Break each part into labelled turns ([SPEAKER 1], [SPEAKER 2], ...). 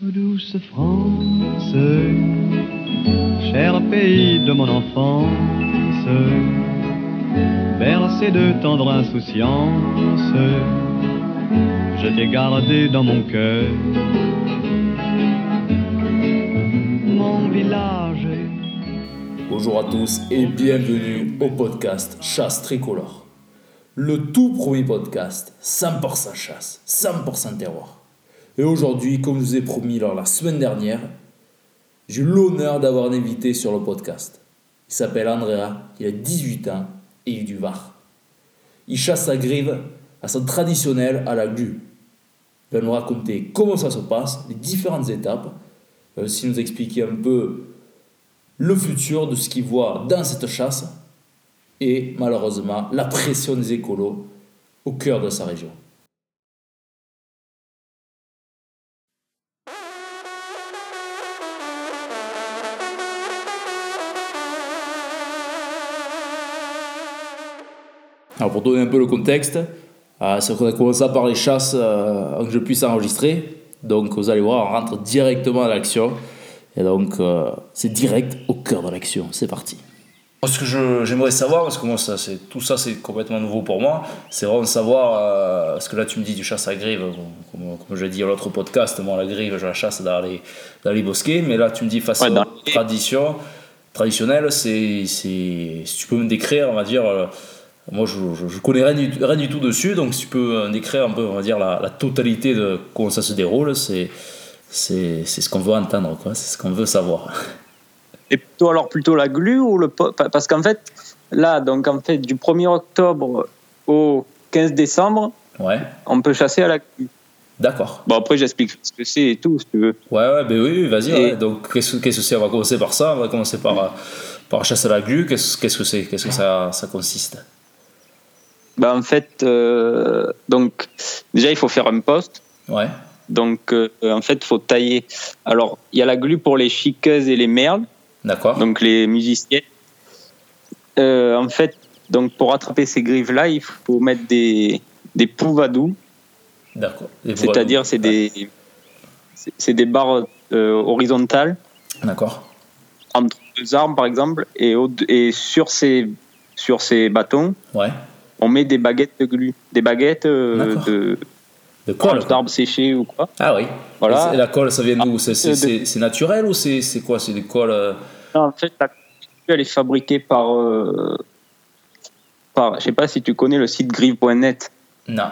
[SPEAKER 1] Douce France, cher pays de mon enfance, bercé de tendre insouciance, je t'ai gardé dans mon cœur. Mon village.
[SPEAKER 2] Bonjour à tous et bienvenue au podcast Chasse Tricolore. Le tout premier podcast 100% chasse, 100% terroir. Et aujourd'hui, comme je vous ai promis lors la semaine dernière, j'ai eu l'honneur d'avoir un invité sur le podcast. Il s'appelle Andrea, il a 18 ans et il est du Var. Il chasse à grive à son traditionnel à la glu. Il va nous raconter comment ça se passe, les différentes étapes, il va aussi nous expliquer un peu le futur de ce qu'il voit dans cette chasse et malheureusement la pression des écolos au cœur de sa région. Alors pour donner un peu le contexte, euh, c'est qu'on a commencé par les chasses euh, avant que je puisse enregistrer. Donc vous allez voir, on rentre directement à l'action. Et donc euh, c'est direct au cœur de l'action. C'est parti.
[SPEAKER 3] Ce que je- j'aimerais savoir, parce que moi, ça, c'est- tout ça, c'est complètement nouveau pour moi, c'est vraiment de savoir, euh, parce que là, tu me dis du chasse à grive, bon, comme, comme je l'ai dit à l'autre podcast, moi, la grive, je la chasse dans les, dans les bosquets, mais là, tu me dis façon
[SPEAKER 4] Ouais, dans
[SPEAKER 3] tradition, traditionnelle, c'est, c'est- si tu peux me décrire, on va dire, euh, moi, je, je, je connais rien du, rien du tout dessus, donc si tu peux euh, décrire un peu, on va dire, la, la totalité de comment ça se déroule, c'est, c'est, c'est ce qu'on veut entendre, quoi, c'est ce qu'on veut savoir.
[SPEAKER 4] Et plutôt alors plutôt la glu ou le po- pa- parce qu'en fait là donc en fait du 1er octobre au 15 décembre
[SPEAKER 3] Ouais,
[SPEAKER 4] on peut chasser à la glu.
[SPEAKER 3] d'accord.
[SPEAKER 4] Bon après j'explique ce que c'est et tout si tu veux.
[SPEAKER 3] Ouais, ouais, ben oui, oui, vas-y.
[SPEAKER 4] Et-
[SPEAKER 3] ouais. Donc, qu'est-ce qu'est-ce que c'est On va commencer par ça. On va commencer par, euh, par chasse à la glu. Qu'est-ce qu'est-ce que c'est Qu'est-ce que ça, ça consiste
[SPEAKER 4] Bah en fait euh, donc déjà il faut faire un poste
[SPEAKER 3] Ouais,
[SPEAKER 4] donc euh, en fait faut tailler. Alors il y a la glu pour les chiqueuses et les merles
[SPEAKER 3] d'accord.
[SPEAKER 4] donc les musiciennes. Euh, en fait donc pour attraper ces grives là il faut mettre des des pouvadous
[SPEAKER 3] D'accord. Et pour-
[SPEAKER 4] C'est-à-dire, c'est des, c'est- c'est des barres euh, horizontales
[SPEAKER 3] D'accord.
[SPEAKER 4] entre deux armes, par exemple, et, au- et sur, ces, sur ces bâtons,
[SPEAKER 3] Ouais.
[SPEAKER 4] on met des baguettes de glu, des baguettes euh,
[SPEAKER 3] D'accord.
[SPEAKER 4] de
[SPEAKER 3] De colle.
[SPEAKER 4] branches
[SPEAKER 3] quoi.
[SPEAKER 4] d'arbres séchées ou quoi.
[SPEAKER 3] Ah oui.
[SPEAKER 4] Ah, Voilà.
[SPEAKER 3] Et c'est- La colle, ça vient d'où C'est-
[SPEAKER 4] Euh,
[SPEAKER 3] C'est
[SPEAKER 4] de-
[SPEAKER 3] c'est- c'est naturel ou c'est c'est quoi C'est des colles. euh,
[SPEAKER 4] Non, en fait, la colle, elle est fabriquée par. euh, par je sais pas si tu connais le site grive.net.
[SPEAKER 3] Non.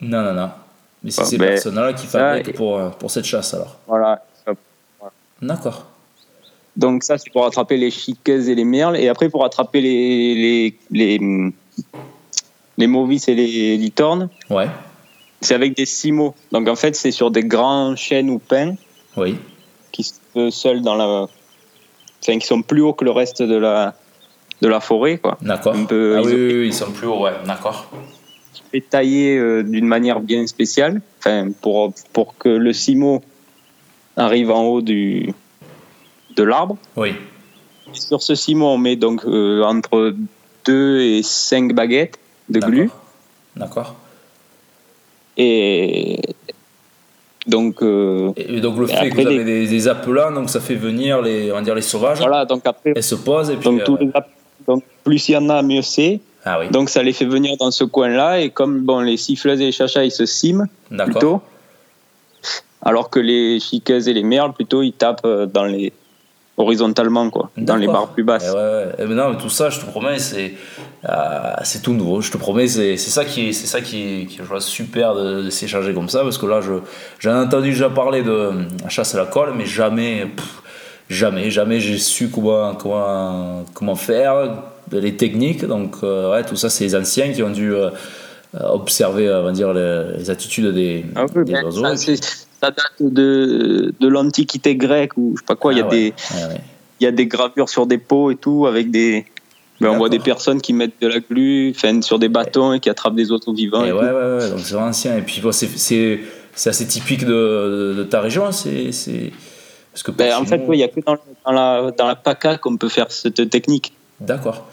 [SPEAKER 3] Non, non, non. Mais c'est
[SPEAKER 4] Ah,
[SPEAKER 3] ces
[SPEAKER 4] ben,
[SPEAKER 3] personnes-là qui
[SPEAKER 4] ça,
[SPEAKER 3] fabriquent
[SPEAKER 4] et-
[SPEAKER 3] pour, euh, pour cette chasse alors.
[SPEAKER 4] Voilà.
[SPEAKER 3] D'accord.
[SPEAKER 4] Donc, ça, c'est pour attraper les chiqueuses et les merles. Et après, pour attraper les, les, les, les, mauvais et les licornes.
[SPEAKER 3] Ouais.
[SPEAKER 4] C'est avec des cimos. Donc en fait, c'est sur des grands chênes ou pins
[SPEAKER 3] Oui.
[SPEAKER 4] qui sont seuls dans la, enfin, qui sont plus hauts que le reste de la de la forêt, quoi.
[SPEAKER 3] D'accord.
[SPEAKER 4] Un peu
[SPEAKER 3] ah oui,
[SPEAKER 4] isolé.
[SPEAKER 3] oui, oui, ils sont plus hauts, ouais. D'accord.
[SPEAKER 4] Et taillé euh, d'une manière bien spéciale, enfin pour pour que le cimo arrive en haut du de l'arbre.
[SPEAKER 3] Oui.
[SPEAKER 4] Et Sur ce cimo, on met donc euh, entre 2 et 5 baguettes de
[SPEAKER 3] D'accord.
[SPEAKER 4] glu
[SPEAKER 3] D'accord.
[SPEAKER 4] et donc euh,
[SPEAKER 3] Et donc le
[SPEAKER 4] Et
[SPEAKER 3] fait que
[SPEAKER 4] après,
[SPEAKER 3] vous
[SPEAKER 4] les-
[SPEAKER 3] avez des, des appelants, donc ça fait venir les, on va dire les sauvages.
[SPEAKER 4] voilà, donc après
[SPEAKER 3] Elles se posent et puis.
[SPEAKER 4] donc,
[SPEAKER 3] euh,
[SPEAKER 4] tous les app- donc plus il y en a, mieux c'est.
[SPEAKER 3] Ah oui.
[SPEAKER 4] Donc ça les fait venir dans ce coin-là et comme bon les siffleuses et les chachas ils se ciment
[SPEAKER 3] D'accord.
[SPEAKER 4] plutôt, alors que les chiqueuses et les merles plutôt ils tapent euh, dans les horizontalement quoi, dans les
[SPEAKER 3] D'accord.
[SPEAKER 4] barres plus basses.
[SPEAKER 3] Eh ouais, ouais. Eh ben non, mais tout ça, je te promets, c'est euh, c'est tout nouveau. Je te promets, c'est c'est ça qui est, c'est ça qui, est- qui est, je vois, super de, de s'échanger comme ça, parce que là, je j'en ai entendu déjà parler de euh, la chasse à la colle, mais jamais, pff, jamais, jamais j'ai su comment comment comment faire les techniques. Donc euh, ouais, tout ça, c'est les anciens qui ont dû euh, observer, euh, on va dire, les, les attitudes des,
[SPEAKER 4] Ah oui,
[SPEAKER 3] des
[SPEAKER 4] mais
[SPEAKER 3] oiseaux.
[SPEAKER 4] ça,
[SPEAKER 3] Et puis-
[SPEAKER 4] c'est- ça date de, de l'antiquité grecque ou je sais pas quoi. Il y a
[SPEAKER 3] Ah ouais,
[SPEAKER 4] des
[SPEAKER 3] ouais, ouais.
[SPEAKER 4] il y a des gravures sur des pots et tout avec des ben, on
[SPEAKER 3] D'accord.
[SPEAKER 4] voit des personnes qui mettent de la glu, enfin, sur des bâtons et qui attrapent des oiseaux vivants.
[SPEAKER 3] Et
[SPEAKER 4] et
[SPEAKER 3] Eh ouais,
[SPEAKER 4] tout.
[SPEAKER 3] ouais, ouais, donc c'est vraiment ancien. Et puis, bon, c'est- c'est c'est assez typique de, de, de ta région. hein. C'est. c'est- Parce que
[SPEAKER 4] Ben,
[SPEAKER 3] par
[SPEAKER 4] en
[SPEAKER 3] chez
[SPEAKER 4] fait,
[SPEAKER 3] nous-
[SPEAKER 4] oui, il y a que dans, dans la dans la paca qu'on peut faire cette technique,
[SPEAKER 3] D'accord.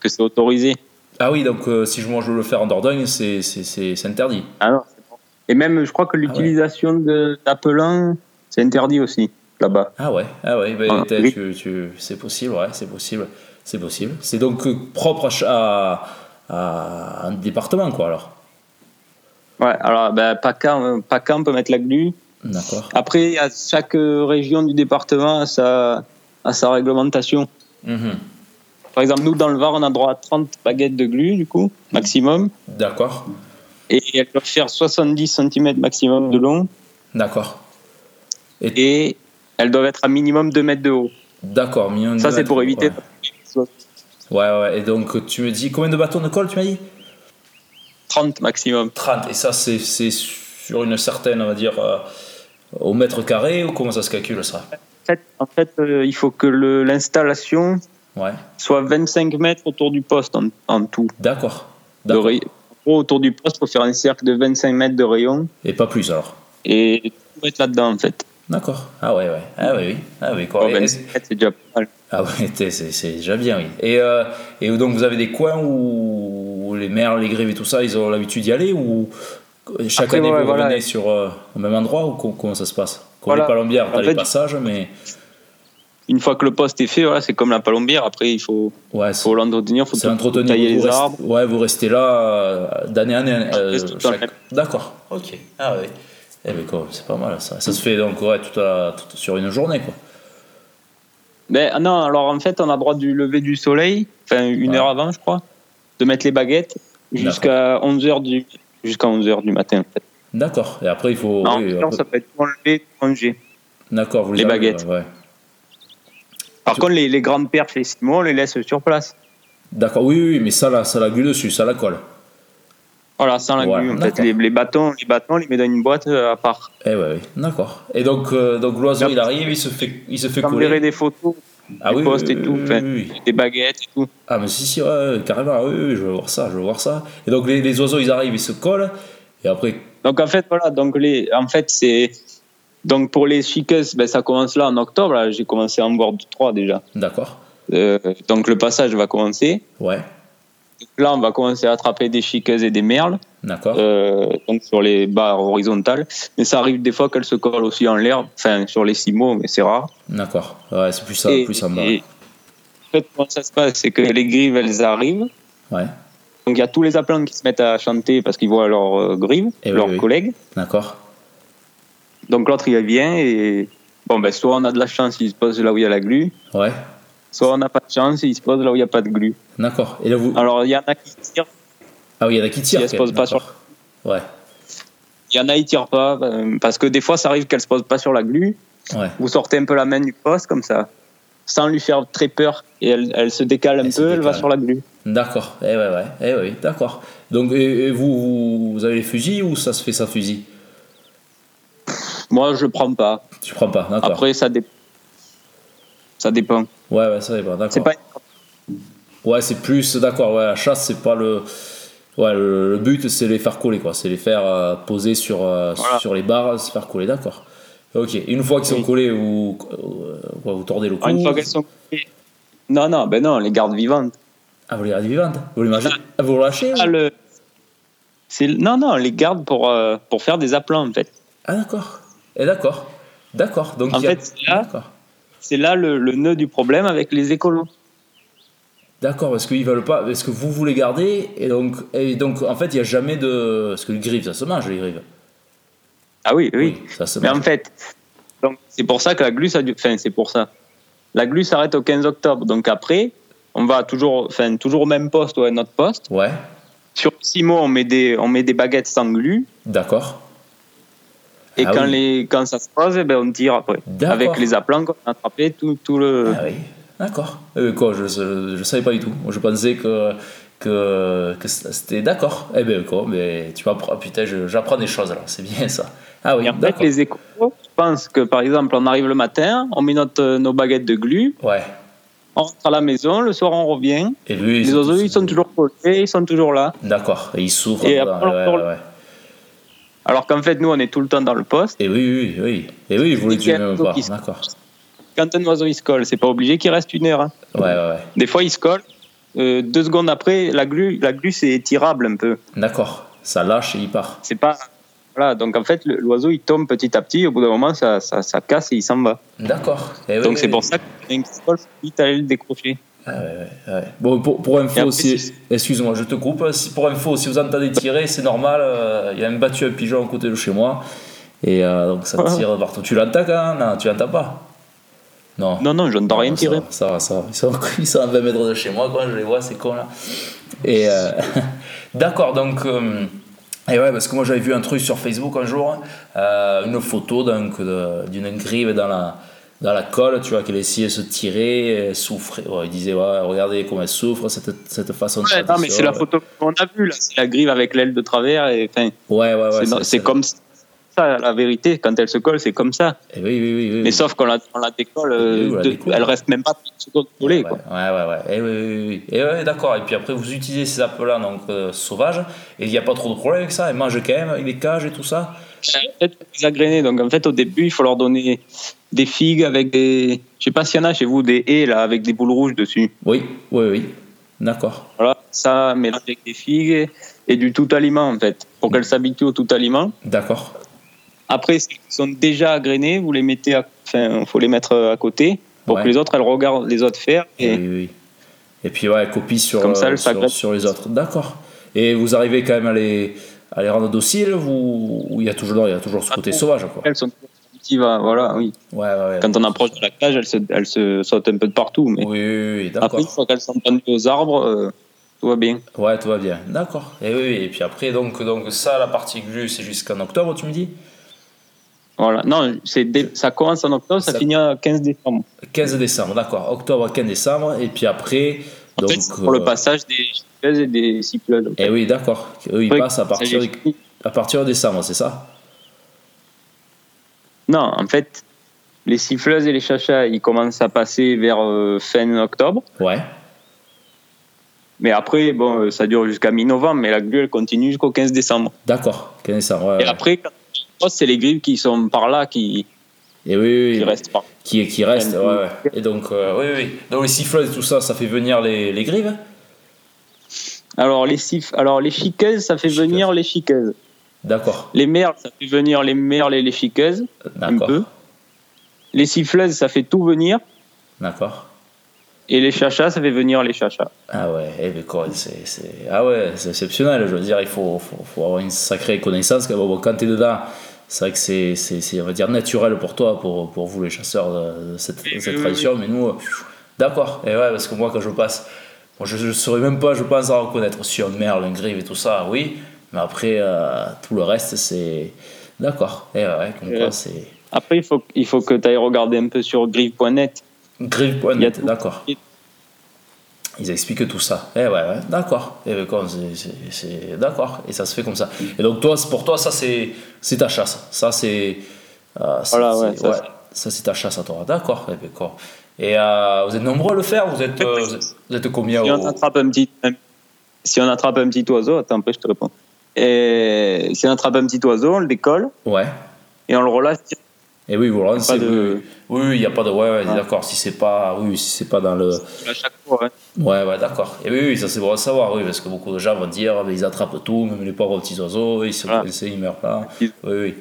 [SPEAKER 4] que c'est autorisé.
[SPEAKER 3] Ah oui, donc euh, si je, moi je veux le faire en Dordogne, c'est c'est- c'est- c'est interdit.
[SPEAKER 4] Ah non, c'est bon. Et même, je crois que l'utilisation de d'appelant, C'est interdit aussi, là-bas.
[SPEAKER 3] Ah ouais, ah ouais, ben,
[SPEAKER 4] Ah,
[SPEAKER 3] t'as-
[SPEAKER 4] oui.
[SPEAKER 3] tu, tu- c'est possible, ouais, c'est possible, c'est possible. C'est donc euh, propre à, ch- à, à un département, quoi, alors.
[SPEAKER 4] Ouais, alors, ben, Pacan, euh, Pacan peut mettre la glu.
[SPEAKER 3] D'accord.
[SPEAKER 4] Après, à chaque euh, région du département a sa, a sa réglementation.
[SPEAKER 3] Mhm.
[SPEAKER 4] Par exemple, nous, dans le Var, on a droit à 30 baguettes de glu, du coup, maximum.
[SPEAKER 3] D'accord,
[SPEAKER 4] Et elles doivent faire 70 cm maximum de long.
[SPEAKER 3] d'accord,
[SPEAKER 4] Et elles doivent être à minimum 2 mètres de haut.
[SPEAKER 3] d'accord. million de
[SPEAKER 4] Ça, c'est
[SPEAKER 3] mètres,
[SPEAKER 4] pour éviter.
[SPEAKER 3] Ouais. ouais, ouais, et donc tu me dis, combien de bâtons de colle, tu m'as dit
[SPEAKER 4] 30 maximum.
[SPEAKER 3] 30, et ça, c'est c'est sur une certaine, on va dire, euh, au mètre carré, ou comment ça se calcule, ça
[SPEAKER 4] En fait, en fait, euh, il faut que le- l'installation
[SPEAKER 3] Ouais,
[SPEAKER 4] soit 25 mètres autour du poste en, en tout.
[SPEAKER 3] d'accord.
[SPEAKER 4] De
[SPEAKER 3] D'accord.
[SPEAKER 4] ray- en gros, autour du poste, il faut faire un cercle de 25 mètres de rayon
[SPEAKER 3] Et pas plus, alors.
[SPEAKER 4] et tout mettre là-dedans, en fait.
[SPEAKER 3] D'accord. Ah ouais, ouais. Ah oui, oui. Ah oui, quoi.
[SPEAKER 4] Bon,
[SPEAKER 3] Et-
[SPEAKER 4] 25 mètres, c'est déjà pas mal.
[SPEAKER 3] Ah ouais, t'es- c'est c'est déjà bien, oui. Et, euh, et donc vous avez des coins où les maires, les grèves et tout ça, ils ont l'habitude d'y aller ou chaque
[SPEAKER 4] Après,
[SPEAKER 3] année
[SPEAKER 4] ouais,
[SPEAKER 3] vous
[SPEAKER 4] voilà.
[SPEAKER 3] revenez sur euh, au même endroit ou co- comment ça se passe Comme
[SPEAKER 4] Voilà.
[SPEAKER 3] les palombières, t'as
[SPEAKER 4] En
[SPEAKER 3] les
[SPEAKER 4] fait,
[SPEAKER 3] passages, mais
[SPEAKER 4] Une fois que le poste est fait, voilà, c'est comme la palombière. Après, il faut,
[SPEAKER 3] ouais, c'est
[SPEAKER 4] faut l'entretenir, il faut
[SPEAKER 3] c'est
[SPEAKER 4] tout-
[SPEAKER 3] entretenu.
[SPEAKER 4] tailler
[SPEAKER 3] vous
[SPEAKER 4] les
[SPEAKER 3] restez-
[SPEAKER 4] arbres.
[SPEAKER 3] Ouais, vous restez là euh, d'année en année. euh,
[SPEAKER 4] reste dans le
[SPEAKER 3] chaque-
[SPEAKER 4] même.
[SPEAKER 3] D'accord. Ok. Ah oui. Eh ben quoi, c'est pas mal ça. Ça se fait donc ouais, tout à- tout- sur une journée quoi.
[SPEAKER 4] Mais ah non, alors en fait, on a droit du lever du soleil, enfin une
[SPEAKER 3] Ouais.
[SPEAKER 4] heure avant, je crois, de mettre les baguettes jusqu'à 11h du, jusqu'à 11h du matin. En fait.
[SPEAKER 3] D'accord. Et après il faut.
[SPEAKER 4] non,
[SPEAKER 3] oui,
[SPEAKER 4] non,
[SPEAKER 3] après-
[SPEAKER 4] ça peut être enlevé, congé.
[SPEAKER 3] D'accord. Vous
[SPEAKER 4] les
[SPEAKER 3] avez,
[SPEAKER 4] baguettes.
[SPEAKER 3] ouais.
[SPEAKER 4] Par contre, les, les grandes perches, les cimons, on les laisse sur place.
[SPEAKER 3] D'accord. Oui, oui, oui, mais ça là, ça la gueule dessus, ça la colle.
[SPEAKER 4] Voilà, sans la
[SPEAKER 3] Ouais,
[SPEAKER 4] glu, en fait.
[SPEAKER 3] d'accord.
[SPEAKER 4] Les, les bâtons, les bâtons, on les met dans une boîte euh, à part.
[SPEAKER 3] Eh ouais, oui, d'accord. Et donc, euh, donc l'oiseau,
[SPEAKER 4] Là,
[SPEAKER 3] il arrive, il se fait, il se fait
[SPEAKER 4] Vous verrez
[SPEAKER 3] couler.
[SPEAKER 4] des photos,
[SPEAKER 3] Ah
[SPEAKER 4] des
[SPEAKER 3] oui,
[SPEAKER 4] postes
[SPEAKER 3] oui,
[SPEAKER 4] et tout,
[SPEAKER 3] oui,
[SPEAKER 4] enfin.
[SPEAKER 3] oui, oui.
[SPEAKER 4] des baguettes et tout.
[SPEAKER 3] Ah, mais si, si, ouais, ouais, carrément, ah oui, oui, je veux voir ça, je veux voir ça. Et donc, les, les oiseaux, ils arrivent, ils se collent, et après,
[SPEAKER 4] Donc en fait, voilà, donc les, en fait, c'est. Donc pour les chicas, ben, ça commence là en octobre. là, J'ai commencé à en voir deux, trois déjà.
[SPEAKER 3] d'accord,
[SPEAKER 4] Euh, donc le passage va commencer.
[SPEAKER 3] ouais,
[SPEAKER 4] Là, on va commencer à attraper des chiqueuses et des merles,
[SPEAKER 3] d'accord,
[SPEAKER 4] euh, donc sur les barres horizontales. Mais ça arrive des fois qu'elles se collent aussi en l'air, enfin sur les cimos, mais c'est rare.
[SPEAKER 3] d'accord. Ouais, c'est plus ça,
[SPEAKER 4] Et-
[SPEAKER 3] plus ça me va.
[SPEAKER 4] et- en fait, comment ça se passe C'est que les grives, elles arrivent.
[SPEAKER 3] Ouais,
[SPEAKER 4] Donc il y a tous les appelants qui se mettent à chanter parce qu'ils voient leurs euh, grives,
[SPEAKER 3] Eh oui,
[SPEAKER 4] leurs
[SPEAKER 3] oui.
[SPEAKER 4] collègues.
[SPEAKER 3] d'accord,
[SPEAKER 4] Donc l'autre, il vient et bon, ben, soit on a de la chance, il se pose là où il y a la glu,
[SPEAKER 3] ouais,
[SPEAKER 4] soit on n'a pas de chance, il se pose là où il n'y a pas de glu.
[SPEAKER 3] d'accord. Et là, vous.
[SPEAKER 4] Alors il y en a qui tirent,
[SPEAKER 3] ah oui, il y en a qui tirent.
[SPEAKER 4] elles Ah. se posent pas sur-
[SPEAKER 3] d'accord. Ouais,
[SPEAKER 4] il y en a qui tirent pas euh, parce que des fois, ça arrive qu'elles se posent pas sur la glu.
[SPEAKER 3] ouais.
[SPEAKER 4] vous sortez un peu la main du poste comme ça, sans lui faire très peur. Et elle, elle se décale un
[SPEAKER 3] Elle se
[SPEAKER 4] peu, elle va
[SPEAKER 3] décale.
[SPEAKER 4] sur la glu.
[SPEAKER 3] D'accord, eh ouais, ouais, eh oui, d'accord. Donc, et, et vous, vous, vous avez les fusils ou ça se fait sans fusil
[SPEAKER 4] Moi, je prends pas.
[SPEAKER 3] Tu prends pas, d'accord.
[SPEAKER 4] Après, ça dépend. Ça dépend.
[SPEAKER 3] Ouais, ouais, ça dépend,
[SPEAKER 4] C'est
[SPEAKER 3] d'accord.
[SPEAKER 4] pas.
[SPEAKER 3] Ouais, c'est plus, d'accord, ouais, la chasse, c'est pas le. Ouais, le, le but, c'est les faire coller, quoi. C'est les faire euh, poser sur, euh,
[SPEAKER 4] Voilà.
[SPEAKER 3] sur les barres, se faire coller, d'accord. Ok, une fois qu'ils sont
[SPEAKER 4] Oui. Ah,
[SPEAKER 3] collés, vous, euh, ouais, vous tordez le cou.
[SPEAKER 4] Une fois qu'elles sont. Non, non, ben non, les gardes vivantes.
[SPEAKER 3] Ah, vous les gardez vivantes Vous les mangez Ah, Vous les lâchez
[SPEAKER 4] Ah, le- c'est- Non, non, les gardes pour, euh, pour faire des aplats en fait.
[SPEAKER 3] Ah, d'accord. Et d'accord. D'accord. Donc,
[SPEAKER 4] En
[SPEAKER 3] il y a-
[SPEAKER 4] fait, c'est là-
[SPEAKER 3] D'accord.
[SPEAKER 4] C'est là le, le nœud du problème avec les écolos.
[SPEAKER 3] D'accord, parce qu'ils veulent pas. Parce que vous, vous les gardez, et donc, et donc en fait, il n'y a jamais de. Parce que les griffes, ça se mange, les griffes.
[SPEAKER 4] Ah oui, oui.
[SPEAKER 3] ça se
[SPEAKER 4] Mais
[SPEAKER 3] mange.
[SPEAKER 4] en fait, donc, c'est pour ça que la glu, ça dure- enfin, c'est pour ça. La glu s'arrête au 15 octobre. Donc après, on va toujours, enfin, toujours au même poste ou à notre poste.
[SPEAKER 3] Ouais,
[SPEAKER 4] Sur six mois, on met des, on met des baguettes sans glu.
[SPEAKER 3] d'accord.
[SPEAKER 4] Et
[SPEAKER 3] Ah
[SPEAKER 4] quand,
[SPEAKER 3] oui.
[SPEAKER 4] les, quand ça se pose, eh ben, on tire après.
[SPEAKER 3] D'accord.
[SPEAKER 4] Avec les aplants qu'on a attrapés, tout, tout le.
[SPEAKER 3] Ah oui, d'accord. Euh, quoi, je, je, je savais pas du tout. Moi, Je pensais que, que, que c'était d'accord. Eh ben quoi, mais tu m'apprends. Putain, je- j'apprends des choses alors, c'est bien ça. Ah oui,
[SPEAKER 4] Et en fait,
[SPEAKER 3] d'accord.
[SPEAKER 4] les écolos, je pense que par exemple, on arrive le matin, on met notre, euh, nos baguettes de glu,
[SPEAKER 3] Ouais.
[SPEAKER 4] on rentre à la maison, le soir on revient.
[SPEAKER 3] Et lui,
[SPEAKER 4] Les oiseaux, ils sont toujours collés, ils sont toujours là.
[SPEAKER 3] D'accord, et ils souffrent.
[SPEAKER 4] Et
[SPEAKER 3] dedans.
[SPEAKER 4] après, on
[SPEAKER 3] Ouais,
[SPEAKER 4] leur-
[SPEAKER 3] ouais, ouais.
[SPEAKER 4] Alors qu'en fait, nous, on est tout le temps dans le poste.
[SPEAKER 3] Et oui, oui, oui. Et oui, je voulais
[SPEAKER 4] Et
[SPEAKER 3] que
[SPEAKER 4] qu'il
[SPEAKER 3] tu
[SPEAKER 4] y a
[SPEAKER 3] même
[SPEAKER 4] tout
[SPEAKER 3] pas.
[SPEAKER 4] qui se-
[SPEAKER 3] D'accord.
[SPEAKER 4] Quand un oiseau il se colle, c'est pas obligé qu'il reste une heure. hein.
[SPEAKER 3] Ouais, ouais, ouais.
[SPEAKER 4] Des fois, il se colle. euh, deux secondes après, la glu, la glu c'est tirable un peu.
[SPEAKER 3] D'accord. Ça lâche et il part.
[SPEAKER 4] C'est pas. Voilà, donc en fait, le- l'oiseau il tombe petit à petit, au bout d'un moment, ça, ça, ça casse et il s'en va.
[SPEAKER 3] D'accord. Eh oui,
[SPEAKER 4] donc
[SPEAKER 3] oui,
[SPEAKER 4] c'est
[SPEAKER 3] oui.
[SPEAKER 4] pour ça qu'il vite aller le décrocher.
[SPEAKER 3] Ah ouais, ouais, ouais. Bon, pour, pour info
[SPEAKER 4] Et après,
[SPEAKER 3] aussi,
[SPEAKER 4] si-
[SPEAKER 3] excuse-moi, je te coupe. Si, pour info, si vous entendez tirer, c'est normal. euh, Il y a même battu un pigeon à côté de chez moi. Et euh, donc ça tire partout. Tu l'entends quand même Non, tu l'entends pas Non.
[SPEAKER 4] Non, non, je n'entends rien
[SPEAKER 3] ça va,
[SPEAKER 4] tirer.
[SPEAKER 3] Ça va, ça va. Ils sont, ils sont à 20 mètres de chez moi, quoi. Je les vois, c'est con là. Et euh, d'accord, donc. euh, et ouais, parce que moi j'avais vu un truc sur Facebook un jour, euh, une photo donc, de- d'une grive dans la, dans la colle, tu vois, qu'elle essayait de se tirer, elle souffrait. Ouais, il disait, ouais, regardez comment elle souffre, cette, cette façon de
[SPEAKER 4] Ouais, non, mais c'est la
[SPEAKER 3] traditionnelle.
[SPEAKER 4] photo qu'on a vue, là. C'est la grive avec l'aile de travers. Et, enfin,
[SPEAKER 3] Ouais, Ah ouais, ouais.
[SPEAKER 4] c'est-
[SPEAKER 3] ça-
[SPEAKER 4] c'est
[SPEAKER 3] ça-
[SPEAKER 4] comme ça, la vérité. Quand elle se colle, c'est comme ça.
[SPEAKER 3] Eh oui, oui, oui, oui,
[SPEAKER 4] Mais
[SPEAKER 3] oui.
[SPEAKER 4] sauf qu'on la, on la décolle, euh,
[SPEAKER 3] Oui, on la
[SPEAKER 4] de-
[SPEAKER 3] décolle.
[SPEAKER 4] elle reste même pas 30 secondes collée.
[SPEAKER 3] Ouais,
[SPEAKER 4] quoi.
[SPEAKER 3] ouais, ouais, ouais. Eh oui, oui, oui, oui. Eh ouais, d'accord. Et puis après, vous utilisez ces appels-là, donc euh, sauvages, et il n'y a pas trop de problème avec ça. Ils mangent quand même, les cages et tout ça.
[SPEAKER 4] En fait, les agrénés, donc en fait, au début, il faut leur donner des figues avec des. Je sais pas s'il y en a chez vous, des haies là, avec des boules rouges dessus.
[SPEAKER 3] Oui, oui, oui. D'accord.
[SPEAKER 4] Voilà, ça mélangé avec des figues et du tout aliment en fait, pour qu'elles s'habituent au tout aliment.
[SPEAKER 3] D'accord.
[SPEAKER 4] Après, celles qui sont déjà agrénées, vous les mettez, à... enfin, faut les mettre euh, à côté pour
[SPEAKER 3] Ouais. Mm.
[SPEAKER 4] que les autres, elles regardent les autres faire.
[SPEAKER 3] Oui,
[SPEAKER 4] Et...
[SPEAKER 3] oui, oui. Et puis, ouais, elle copie sur,
[SPEAKER 4] Comme ça,
[SPEAKER 3] euh,
[SPEAKER 4] elle
[SPEAKER 3] sur,
[SPEAKER 4] s'agrège.
[SPEAKER 3] sur les autres. D'accord. Et vous arrivez quand même à les, à les rendre dociles vous- ou il y a toujours, non, il y a toujours ce
[SPEAKER 4] Ah,
[SPEAKER 3] côté
[SPEAKER 4] tout.
[SPEAKER 3] sauvage, quoi.
[SPEAKER 4] Elles sont positives, à- voilà, oui.
[SPEAKER 3] Ouais, ouais, ouais.
[SPEAKER 4] Quand on approche de la cage, elles se, elles se sautent un peu de partout. Mais
[SPEAKER 3] Oui, oui, oui,
[SPEAKER 4] après,
[SPEAKER 3] d'accord.
[SPEAKER 4] une fois qu'elles sont pendues aux arbres, euh, tout va bien.
[SPEAKER 3] Ouais, tout va bien. D'accord. Et oui, oui. et puis après, donc, donc ça, la partie glu, c'est jusqu'en octobre, tu me dis
[SPEAKER 4] Voilà. Non, c'est dé- ça commence en octobre, ça,
[SPEAKER 3] Ça-
[SPEAKER 4] finit à 15 décembre.
[SPEAKER 3] 15 décembre, d'accord. Octobre, 15 décembre. Et puis après,
[SPEAKER 4] En
[SPEAKER 3] donc.
[SPEAKER 4] fait, c'est pour
[SPEAKER 3] euh,
[SPEAKER 4] le passage des chipeuses et des cipleuses.
[SPEAKER 3] Eh oui, d'accord. Eux, ils
[SPEAKER 4] Après,
[SPEAKER 3] passent à
[SPEAKER 4] ça,
[SPEAKER 3] partir,
[SPEAKER 4] j'ai
[SPEAKER 3] du-
[SPEAKER 4] fini.
[SPEAKER 3] à partir de décembre, c'est ça
[SPEAKER 4] Non, en fait, les siffleuses et les chachas, ils commencent à passer vers euh, fin octobre.
[SPEAKER 3] Ouais.
[SPEAKER 4] Mais après, bon, euh, ça dure jusqu'à mi-novembre, mais la glue, elle continue jusqu'au 15 décembre.
[SPEAKER 3] D'accord. 15 décembre, ouais.
[SPEAKER 4] Et
[SPEAKER 3] ouais.
[SPEAKER 4] après, quand on passe, c'est les grilles qui sont par là, qui,
[SPEAKER 3] Et oui, oui, oui.
[SPEAKER 4] qui restent par
[SPEAKER 3] qui, qui reste. Ouais,
[SPEAKER 4] Enfin,
[SPEAKER 3] ouais. Et donc, euh, oui, oui, oui. Donc les siffleuses, tout ça, ça fait venir les, les grives.
[SPEAKER 4] Alors, les sif... Alors, les chiqueuses, ça fait
[SPEAKER 3] Chiqueuses.
[SPEAKER 4] venir les chiqueuses.
[SPEAKER 3] D'accord.
[SPEAKER 4] Les merles, ça fait venir les merles et les chiqueuses, un
[SPEAKER 3] D'accord.
[SPEAKER 4] peu. Les siffleuses, ça fait tout venir.
[SPEAKER 3] D'accord.
[SPEAKER 4] Et les chachas, ça fait venir les chachas.
[SPEAKER 3] Ah ouais, eh ben, quoi, c'est, c'est- ah ouais, c'est exceptionnel. Je veux dire, il faut, faut, faut avoir une sacrée connaissance. Bon, bon, quand t'es dedans, c'est vrai que c'est, c'est, c'est, on va dire, naturel pour toi, pour, pour vous les chasseurs de, de cette,
[SPEAKER 4] Oui,
[SPEAKER 3] cette
[SPEAKER 4] oui,
[SPEAKER 3] tradition. Mais nous, euh, pfiou. d'accord. Et ouais, parce que moi, quand je passe, bon, je, je saurais même pas, je pense, à reconnaître si un merle, un grive et tout ça, oui. Mais après, euh, tout le reste, c'est. D'accord. Et ouais, comme
[SPEAKER 4] Ouais.
[SPEAKER 3] quoi, c'est.
[SPEAKER 4] Après, il faut, il faut que tu ailles regarder un peu sur griffe.net. Il y a
[SPEAKER 3] Grive.net,
[SPEAKER 4] tout.
[SPEAKER 3] d'accord. Ils expliquent tout ça. Eh ouais, ouais, d'accord. Eh ben, quand c'est- c'est- c'est- d'accord. Et ça se fait comme ça. Et donc toi, c'est- pour toi, ça c'est c'est ta chasse. Ça c'est euh, c'est-
[SPEAKER 4] Voilà,
[SPEAKER 3] c'est-
[SPEAKER 4] ouais, ça,
[SPEAKER 3] ouais, ça, c'est ta chasse à toi. D'accord. Eh ben, quoi. Et euh, vous êtes nombreux à le faire. Vous êtes euh, vous êtes- vous êtes combien
[SPEAKER 4] Si
[SPEAKER 3] au-
[SPEAKER 4] on attrape un petit, un- si on attrape un petit oiseau, attends, après je te réponds. Et si on attrape un petit oiseau, on le décolle
[SPEAKER 3] Ouais.
[SPEAKER 4] et on le relâche.
[SPEAKER 3] Et oui, vous
[SPEAKER 4] Pas de-
[SPEAKER 3] Oui, oui, il n'y a pas de. Ouais, ouais,
[SPEAKER 4] Ouais.
[SPEAKER 3] d'accord. Si c'est pas, oui, si c'est pas dans le.
[SPEAKER 4] à chaque fois. hein.
[SPEAKER 3] Ouais, ouais, d'accord. Et oui, oui, ça c'est bon à savoir, oui, parce que beaucoup de gens vont dire, ah, mais ils attrapent tout, même les pauvres petits oiseaux, ils se
[SPEAKER 4] Voilà.
[SPEAKER 3] coincent, ils meurent là. Oui,
[SPEAKER 4] Ils-
[SPEAKER 3] oui.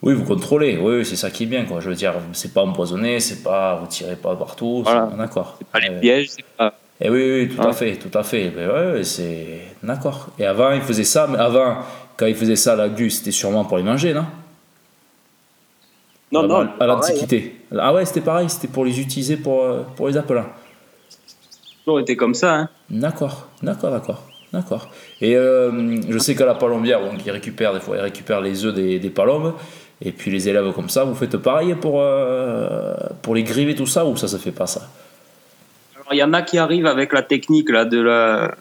[SPEAKER 3] Oui, vous contrôlez, oui, oui, c'est ça qui est bien, quoi. Je veux dire, c'est pas empoisonné, c'est pas, vous tirez pas partout, c'est-
[SPEAKER 4] Voilà.
[SPEAKER 3] d'accord.
[SPEAKER 4] Pas les
[SPEAKER 3] Ouais.
[SPEAKER 4] pièges, c'est pas.
[SPEAKER 3] Et oui, oui, tout à
[SPEAKER 4] Hein.
[SPEAKER 3] fait, tout à fait. Mais ouais, ouais, c'est d'accord. Et avant, ils faisaient ça, mais avant, quand ils faisaient ça, la gu, c'était sûrement pour les manger, non
[SPEAKER 4] Non,
[SPEAKER 3] Avant, À
[SPEAKER 4] non. pareil, hein.
[SPEAKER 3] l'Antiquité. Ah ouais, c'était pareil, c'était pour les utiliser pour, euh, pour les appelants.
[SPEAKER 4] Toujours été comme ça. hein.
[SPEAKER 3] D'accord, d'accord, d'accord, d'accord. Et euh, je sais qu'à la palombière, donc ils récupèrent des fois, ils récupèrent les œufs des, des palombes, et puis les élèves comme ça, vous faites pareil pour, euh, pour les griver tout ça, ou ça se fait pas ça
[SPEAKER 4] Alors, il y en a qui arrivent avec la technique là, de la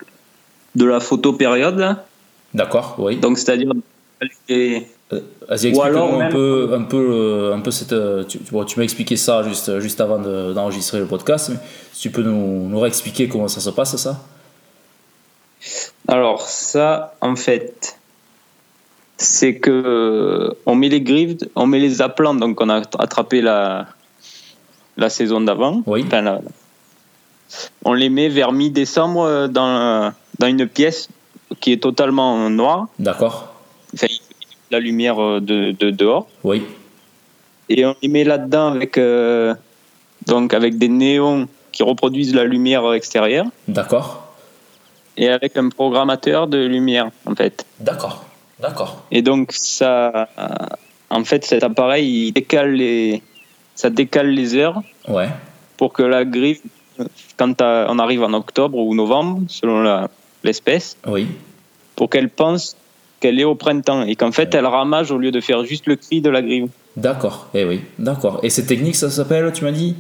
[SPEAKER 4] de la photo période. là.
[SPEAKER 3] D'accord, oui.
[SPEAKER 4] Donc, c'est-à-dire. les-
[SPEAKER 3] Euh, vas-y,
[SPEAKER 4] Ou alors
[SPEAKER 3] explique-nous un
[SPEAKER 4] même-
[SPEAKER 3] peu, un peu, euh, un peu cette. euh, Tu, tu- bon, tu m'as expliqué ça juste, juste avant de- d'enregistrer le podcast, mais si tu peux nous, nous réexpliquer comment ça se passe, ça
[SPEAKER 4] Alors, ça, en fait. C'est que euh, on met les griffes, on met les aplants, donc on a attrapé la, la saison d'avant.
[SPEAKER 3] Oui.
[SPEAKER 4] Enfin, là, on les met vers mi-décembre euh, dans, dans une pièce qui est totalement noire.
[SPEAKER 3] D'accord,
[SPEAKER 4] Enfin, il la lumière euh, de, de dehors.
[SPEAKER 3] Oui.
[SPEAKER 4] Et on les met là-dedans avec, euh, donc avec des néons qui reproduisent la lumière extérieure
[SPEAKER 3] D'accord.
[SPEAKER 4] et avec un programmateur de lumière, en fait.
[SPEAKER 3] D'accord. D'accord.
[SPEAKER 4] Et donc, ça, euh, en fait, cet appareil, il décale les, ça décale les heures
[SPEAKER 3] Ouais.
[SPEAKER 4] pour que la griffe, euh, quand euh, on arrive en octobre ou novembre, selon la- l'espèce,
[SPEAKER 3] Oui.
[SPEAKER 4] pour qu'elle pense qu'elle est au printemps et qu'en fait, elle ramage au lieu de faire juste le cri de la griffe.
[SPEAKER 3] D'accord. Eh oui. D'accord. Et cette technique, ça s'appelle, tu m'as dit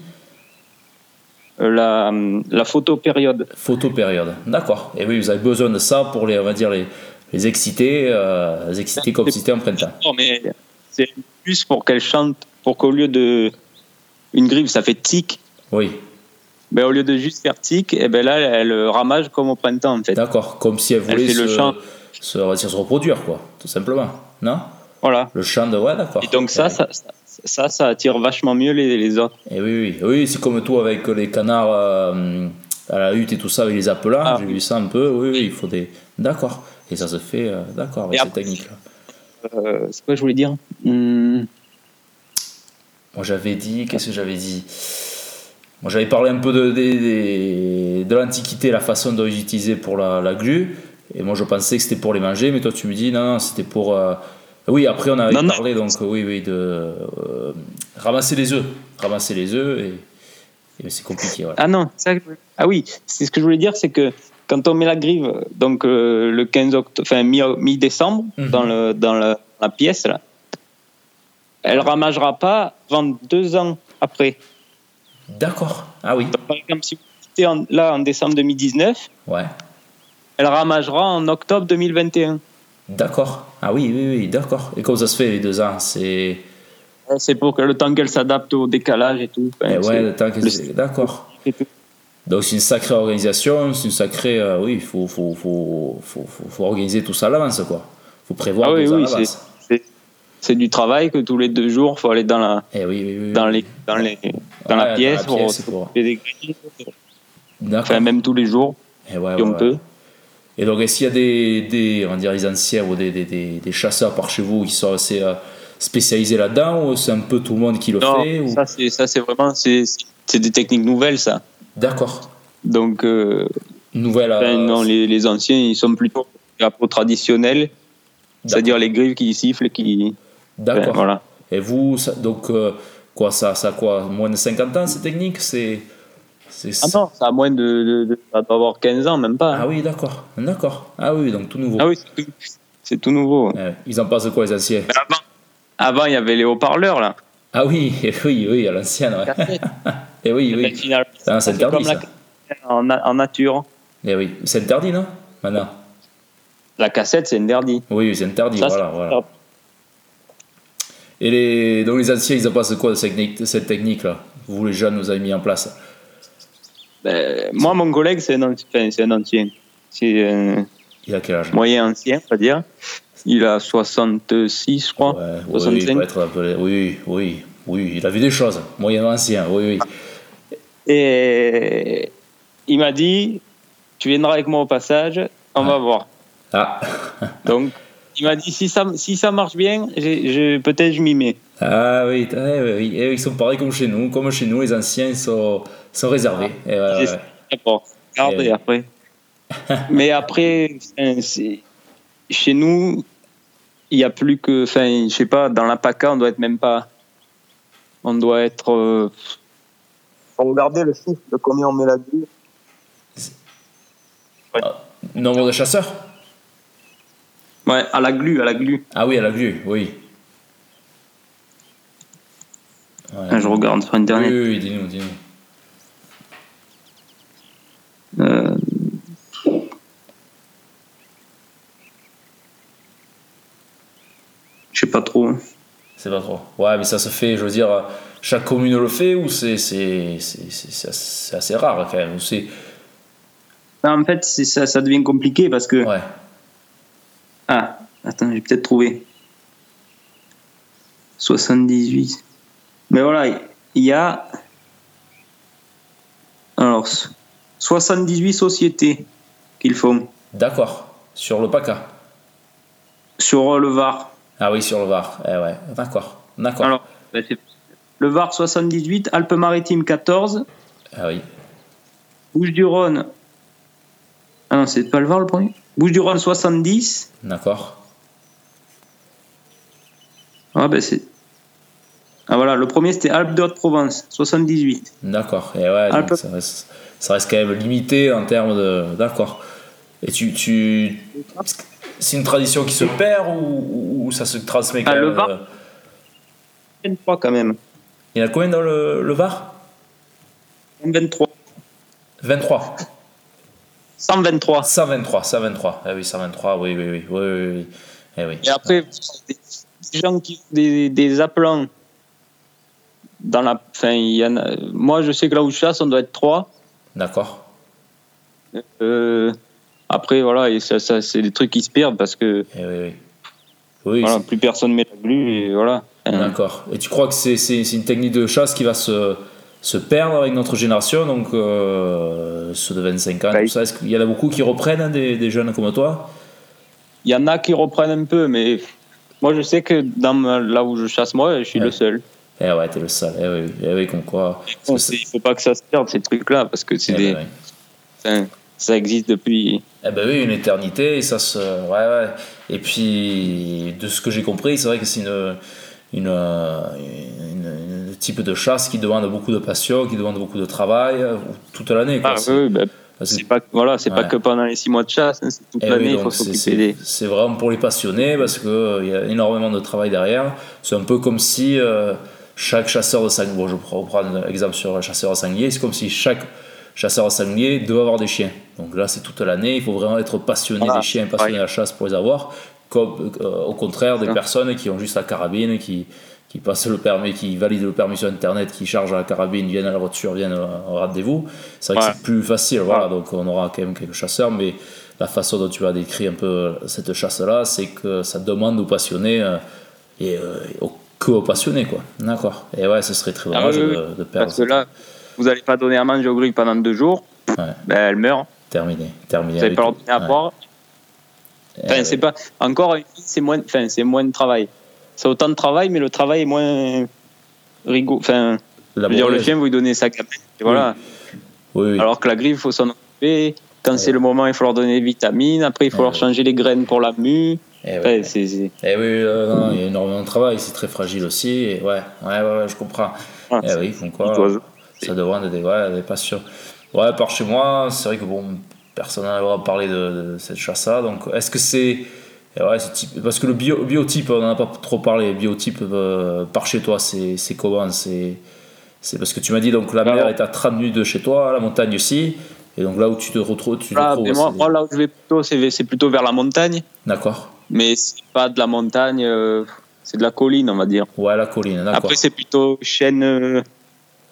[SPEAKER 4] Euh, La, euh, la photopériode.
[SPEAKER 3] Photopériode. D'accord. Et oui, vous avez besoin de ça pour les, on va dire, les, les exciter, euh, les exciter comme si c'était en printemps.
[SPEAKER 4] Non, mais c'est plus pour qu'elle chante, pour qu'au lieu de. Une griffe, ça fait tic.
[SPEAKER 3] Oui.
[SPEAKER 4] Ben, au lieu de juste faire tic, et ben là, elle euh, ramage comme au printemps, en fait.
[SPEAKER 3] D'accord. Comme si elle
[SPEAKER 4] Elle
[SPEAKER 3] voulait
[SPEAKER 4] fait
[SPEAKER 3] se,
[SPEAKER 4] le chant.
[SPEAKER 3] se, on va dire, se reproduire, quoi. Tout simplement. Non
[SPEAKER 4] Voilà.
[SPEAKER 3] Le chant de. Ouais, d'accord.
[SPEAKER 4] Et donc ça, ça, ça, ça, ça attire vachement mieux les, les autres.
[SPEAKER 3] Et Eh, oui, oui, oui c'est comme tout avec les canards euh, à la hutte et tout ça, avec les appelants.
[SPEAKER 4] Ah,
[SPEAKER 3] J'ai
[SPEAKER 4] oui.
[SPEAKER 3] vu ça un peu. Oui, oui, il faut des. D'accord. Et ça se fait, euh, d'accord, avec
[SPEAKER 4] Et
[SPEAKER 3] cette
[SPEAKER 4] après-
[SPEAKER 3] technique-là.
[SPEAKER 4] Euh, c'est quoi que je voulais dire Hum,
[SPEAKER 3] Moi, j'avais dit. Qu'est-ce que j'avais dit Moi, j'avais parlé un peu de, des- des- de l'Antiquité, la façon dont ils utilisaient pour la, la glu. Et moi, je pensais que c'était pour les manger, mais toi, tu me dis non, non, c'était pour. euh, Oui, après, on avait
[SPEAKER 4] Non, non.
[SPEAKER 3] parlé, donc, euh, oui, oui, de. euh, ramasser les œufs. Ramasser les œufs, et, et c'est compliqué, voilà.
[SPEAKER 4] Ah non, ça, je voulais- ah oui, c'est ce que je voulais dire, c'est que quand on met la grive, donc euh, le 15 octobre, enfin mi- mi-décembre,
[SPEAKER 3] Mhm.
[SPEAKER 4] dans, le, dans la, la pièce, là, elle ramagera pas avant deux ans après.
[SPEAKER 3] D'accord. Ah oui,
[SPEAKER 4] Donc, par exemple, si vous quittez en- là en décembre 2019,
[SPEAKER 3] ouais.
[SPEAKER 4] elle ramagera en octobre 2021.
[SPEAKER 3] D'accord. Ah oui, oui, oui, d'accord. Et comment ça se fait les deux ans C'est.
[SPEAKER 4] Euh, C'est pour que le temps qu'elle s'adapte au décalage et tout. Enfin,
[SPEAKER 3] Eh
[SPEAKER 4] c'est-
[SPEAKER 3] ouais, le temps que
[SPEAKER 4] le-
[SPEAKER 3] c'est- D'accord.
[SPEAKER 4] c'est tout.
[SPEAKER 3] Donc c'est une sacrée organisation, c'est une sacrée. euh, oui, il faut, faut, faut, faut, faut- faut organiser tout ça à l'avance, quoi. faut prévoir
[SPEAKER 4] Ah oui,
[SPEAKER 3] deux ans à
[SPEAKER 4] oui,
[SPEAKER 3] l'avance.
[SPEAKER 4] c'est- c'est du travail que tous les deux jours, faut aller dans la,
[SPEAKER 3] Eh oui, oui, oui.
[SPEAKER 4] dans les, dans les, dans
[SPEAKER 3] Ouais,
[SPEAKER 4] la pièce pour
[SPEAKER 3] pour-
[SPEAKER 4] trouver des grilles.
[SPEAKER 3] D'accord.
[SPEAKER 4] Enfin, même tous les jours,
[SPEAKER 3] Eh ouais,
[SPEAKER 4] si
[SPEAKER 3] ouais,
[SPEAKER 4] on
[SPEAKER 3] ouais.
[SPEAKER 4] peut.
[SPEAKER 3] Et donc, est-ce qu'il y a des, des, on va dire, des anciens ou des, des, des, des chasseurs par chez vous qui sont assez euh, spécialisés là-dedans ou c'est un peu tout le monde qui le
[SPEAKER 4] Non,
[SPEAKER 3] fait ou-
[SPEAKER 4] ça c'est, ça c'est vraiment, c'est, c'est des techniques nouvelles ça.
[SPEAKER 3] D'accord.
[SPEAKER 4] Donc, euh,
[SPEAKER 3] Nouvelle.
[SPEAKER 4] enfin,
[SPEAKER 3] euh,
[SPEAKER 4] ben, non, les, les anciens, ils sont plutôt apôts traditionnels, c'est-à-dire les grives qui sifflent, qui, enfin,
[SPEAKER 3] D'accord.
[SPEAKER 4] ben, voilà.
[SPEAKER 3] Et vous, ça- donc, euh, quoi, ça, ça, quoi, moins de 50 ans, ces techniques C'est. c'est-
[SPEAKER 4] Ah non, ça a moins de, de, de- ça doit avoir 15 ans, même pas. hein.
[SPEAKER 3] Ah oui, d'accord, d'accord. Ah oui, donc tout nouveau.
[SPEAKER 4] Ah oui, c'est, tout, c'est tout nouveau.
[SPEAKER 3] Euh, ils en passent de quoi, les anciens
[SPEAKER 4] Mais avant, avant, il y avait les haut-parleurs là.
[SPEAKER 3] Ah oui, eh oui, oui, à l'ancienne, ouais. Et oui,
[SPEAKER 4] Mais
[SPEAKER 3] oui.
[SPEAKER 4] finalement,
[SPEAKER 3] Ah, c'est
[SPEAKER 4] c'est
[SPEAKER 3] interdit,
[SPEAKER 4] comme la
[SPEAKER 3] ça.
[SPEAKER 4] cassette en, na- en nature.
[SPEAKER 3] Eh oui, c'est interdit, non Maintenant
[SPEAKER 4] La cassette, c'est interdit.
[SPEAKER 3] Oui, c'est interdit,
[SPEAKER 4] Ça,
[SPEAKER 3] voilà,
[SPEAKER 4] c'est-
[SPEAKER 3] voilà. Et les, donc les anciens, ils en passent de quoi, de cette technique- cette technique-là Vous, les jeunes, vous avez mis en place
[SPEAKER 4] Euh, moi, mon collègue, c'est un, anci- enfin, c'est un ancien. C'est un
[SPEAKER 3] Il a quel âge
[SPEAKER 4] moyen ancien, on va dire. Il a 66, je crois.
[SPEAKER 3] Ouais, oui, oui,
[SPEAKER 4] 65.
[SPEAKER 3] il peut être appelé- oui, oui, oui, il a vu des choses, moyen ancien, oui, oui.
[SPEAKER 4] Et il m'a dit Tu viendras avec moi au passage, on
[SPEAKER 3] Ah.
[SPEAKER 4] va voir.
[SPEAKER 3] Ah,
[SPEAKER 4] Donc, il m'a dit Si ça, si ça marche bien, j'ai- je- peut-être je m'y mets.
[SPEAKER 3] Ah oui, t- eh oui, oui, eh, ils sont pareils comme chez nous. Comme chez nous, les anciens sont, sont réservés. Eh ouais,
[SPEAKER 4] Euh,
[SPEAKER 3] ouais, ouais.
[SPEAKER 4] D'accord. Garde
[SPEAKER 3] Eh oui.
[SPEAKER 4] et après. Mais après, enfin, c'est- chez nous, il n'y a plus que. Enfin, je sais pas, dans la PACA, on doit être même pas. On doit être. euh, Faut regarder le chiffre de combien on met la grue.
[SPEAKER 3] Nombre de chasseurs
[SPEAKER 4] Ouais, à la glu, à la glu.
[SPEAKER 3] Ah oui, à la vue, oui. Ouais.
[SPEAKER 4] Ah, je regarde sur
[SPEAKER 3] Oui,
[SPEAKER 4] Internet.
[SPEAKER 3] oui, oui, dis-nous, dis-nous.
[SPEAKER 4] Euh, Je sais pas trop.
[SPEAKER 3] C'est pas trop. Ouais, mais ça se fait, je veux dire, chaque commune le fait ou c'est c'est- c'est- c'est- c'est assez c'est assez rare quand même ou c'est-
[SPEAKER 4] Non, en fait, c'est- ça, ça devient compliqué parce que.
[SPEAKER 3] Ouais.
[SPEAKER 4] Ah, attends, j'ai peut-être trouvé. 78. Mais voilà, il y a. Alors, 78 sociétés qu'ils font
[SPEAKER 3] D'accord. Sur le PACA.
[SPEAKER 4] sur euh, le VAR.
[SPEAKER 3] Ah oui, sur le Var. Eh ouais, d'accord. D'accord.
[SPEAKER 4] Alors, ben, c'est- le Var 78, Alpes-Maritimes 14,
[SPEAKER 3] Ah oui.
[SPEAKER 4] Bouches-du-Rhône. Ah non, c'est pas le Var le premier Bouches-du-Rhône 70.
[SPEAKER 3] D'accord.
[SPEAKER 4] Ah ben c'est. Ah voilà, le premier c'était Alpes de Haute-Provence 78.
[SPEAKER 3] D'accord. Et ouais,
[SPEAKER 4] Un
[SPEAKER 3] donc
[SPEAKER 4] peu.
[SPEAKER 3] ça, reste, ça reste quand même limité en termes de. D'accord. Et tu. tu... C'est une tradition qui se perd ou, ou- ou ça se transmet quand
[SPEAKER 4] Ah, le
[SPEAKER 3] même
[SPEAKER 4] Var.
[SPEAKER 3] euh,
[SPEAKER 4] 23 quand même.
[SPEAKER 3] Il y en a combien dans le, le Var
[SPEAKER 4] 23.
[SPEAKER 3] 23.
[SPEAKER 4] 123.
[SPEAKER 3] 123. 123. Ah oui, 123. Oui, oui, oui. oui, oui, oui. Eh oui.
[SPEAKER 4] Et après, des des gens qui des, des appelants dans la. Enfin, il y en a- Moi, je sais que là où je chasse, on doit être trois.
[SPEAKER 3] D'accord.
[SPEAKER 4] Euh, après, voilà, et ça, ça, c'est des trucs qui se perdent parce que
[SPEAKER 3] Eh oui, oui. Oui,
[SPEAKER 4] voilà, plus personne met la glu et voilà.
[SPEAKER 3] c'est-
[SPEAKER 4] Euh,
[SPEAKER 3] d'accord. Et tu crois que c'est, c'est- c'est une technique de chasse qui va se, se perdre avec notre génération, donc euh, ceux de 25 ans,
[SPEAKER 4] Bah,
[SPEAKER 3] tout ça Est-ce qu'il y en a beaucoup qui reprennent hein, des, des jeunes comme toi
[SPEAKER 4] Il y en a qui reprennent un peu, mais moi, je sais que dans ma- là où je chasse, moi, je suis
[SPEAKER 3] Ouais.
[SPEAKER 4] le seul.
[SPEAKER 3] Eh ouais, t'es le seul. Eh oui, eh oui comme quoi.
[SPEAKER 4] Bon,
[SPEAKER 3] c'est-
[SPEAKER 4] c'est- il faut pas que ça se perde, ces trucs-là, parce que c'est
[SPEAKER 3] eh
[SPEAKER 4] des,
[SPEAKER 3] ben oui.
[SPEAKER 4] enfin, ça existe depuis.
[SPEAKER 3] Eh ben oui, une éternité, et ça se. Ouais, ouais. Et puis, de ce que j'ai compris, c'est vrai que c'est une, une, euh, une- une type de chasse qui demande beaucoup de passion, qui demande beaucoup de travail, euh, toute l'année. quoi.
[SPEAKER 4] Ah,
[SPEAKER 3] C'est-
[SPEAKER 4] oui, bah,
[SPEAKER 3] parce que-
[SPEAKER 4] c'est pas, voilà, c'est pas
[SPEAKER 3] Ouais.
[SPEAKER 4] que pendant les six mois de chasse, hein, c'est toute
[SPEAKER 3] Eh oui,
[SPEAKER 4] l'année, il
[SPEAKER 3] donc
[SPEAKER 4] faut
[SPEAKER 3] c'est-
[SPEAKER 4] s'occuper
[SPEAKER 3] c'est
[SPEAKER 4] des.
[SPEAKER 3] c'est vraiment pour les passionnés parce qu'il y a énormément de travail derrière. C'est un peu comme si euh, chaque chasseur de sanglier, bon, je reprends l'exemple sur un chasseur de sanglier, c'est comme si chaque chasseur de sanglier devait avoir des chiens. Donc là, c'est toute l'année, il faut vraiment être passionné
[SPEAKER 4] Voilà.
[SPEAKER 3] des chiens, passionné de la chasse pour les avoir, comme euh, au contraire des
[SPEAKER 4] Ça.
[SPEAKER 3] personnes qui ont juste la carabine, qui, qui passent le permis, qui valident le permis sur Internet, qui chargent à la carabine, viennent à la voiture, viennent au au rendez-vous. C'est vrai
[SPEAKER 4] Ouais.
[SPEAKER 3] que c'est plus facile, voilà, donc on aura quand même quelques chasseurs, mais la façon dont tu as décrit un peu cette chasse-là, c'est que ça demande aux passionnés euh, et euh, au- que aux passionnés, quoi. D'accord. Et ouais, ce serait très
[SPEAKER 4] Ah
[SPEAKER 3] dommage
[SPEAKER 4] oui, oui,
[SPEAKER 3] de, de perdre.
[SPEAKER 4] Parce que là, vous n'allez pas donner à manger au grill pendant deux jours,
[SPEAKER 3] Ouais.
[SPEAKER 4] ben, elle meurt,
[SPEAKER 3] terminé, terminé.
[SPEAKER 4] vous n'allez
[SPEAKER 3] avec-
[SPEAKER 4] pas leur donner à
[SPEAKER 3] ouais.
[SPEAKER 4] boire.
[SPEAKER 3] Eh
[SPEAKER 4] Enfin,
[SPEAKER 3] ouais.
[SPEAKER 4] c'est pas. Encore, c'est moins, enfin, c'est moins de travail. C'est autant de travail, mais le travail est moins rigolo. Enfin, je veux dire, le
[SPEAKER 3] Laborieux.
[SPEAKER 4] chien, vous lui donnez sa gamelle. et voilà.
[SPEAKER 3] Oui, oui.
[SPEAKER 4] Alors que la griffe, il faut s'en occuper. Quand c'est le moment, il faut leur donner des vitamines. Après, il faut
[SPEAKER 3] Ouais.
[SPEAKER 4] leur changer les graines pour la mue.
[SPEAKER 3] Eh ouais.
[SPEAKER 4] Enfin, c'est- c'est-
[SPEAKER 3] Eh oui, euh, non, il y a énormément de travail, c'est très fragile aussi. et ouais, ouais, ouais, ouais, je comprends.
[SPEAKER 4] voilà,
[SPEAKER 3] Eh
[SPEAKER 4] c'est-
[SPEAKER 3] oui, comme quoi,
[SPEAKER 4] c'est oiseau.
[SPEAKER 3] ça demande des, ouais, des passions. Ouais, par chez moi, c'est vrai que bon, personne n'a le droit de parler de, de cette chasse-là. Donc, est-ce que c'est. eh ouais, ce type- parce que le bio, biotype, on n'en a pas trop parlé. Biotype, euh, par chez toi, c'est c'est comment C'est c'est parce que tu m'as dit, donc la
[SPEAKER 4] Alors-
[SPEAKER 3] mer est à 30 minutes de chez toi, la montagne aussi. Et donc là où tu te retrouves, tu te
[SPEAKER 4] Voilà,
[SPEAKER 3] trouves,
[SPEAKER 4] Ah, mais moi,
[SPEAKER 3] c'est-
[SPEAKER 4] moi, là où je vais plutôt, c'est c'est plutôt vers la montagne.
[SPEAKER 3] D'accord.
[SPEAKER 4] Mais c'est pas de la montagne, euh, c'est de la colline, on va dire.
[SPEAKER 3] Ouais, la colline, d'accord.
[SPEAKER 4] Après, c'est plutôt chêne, euh,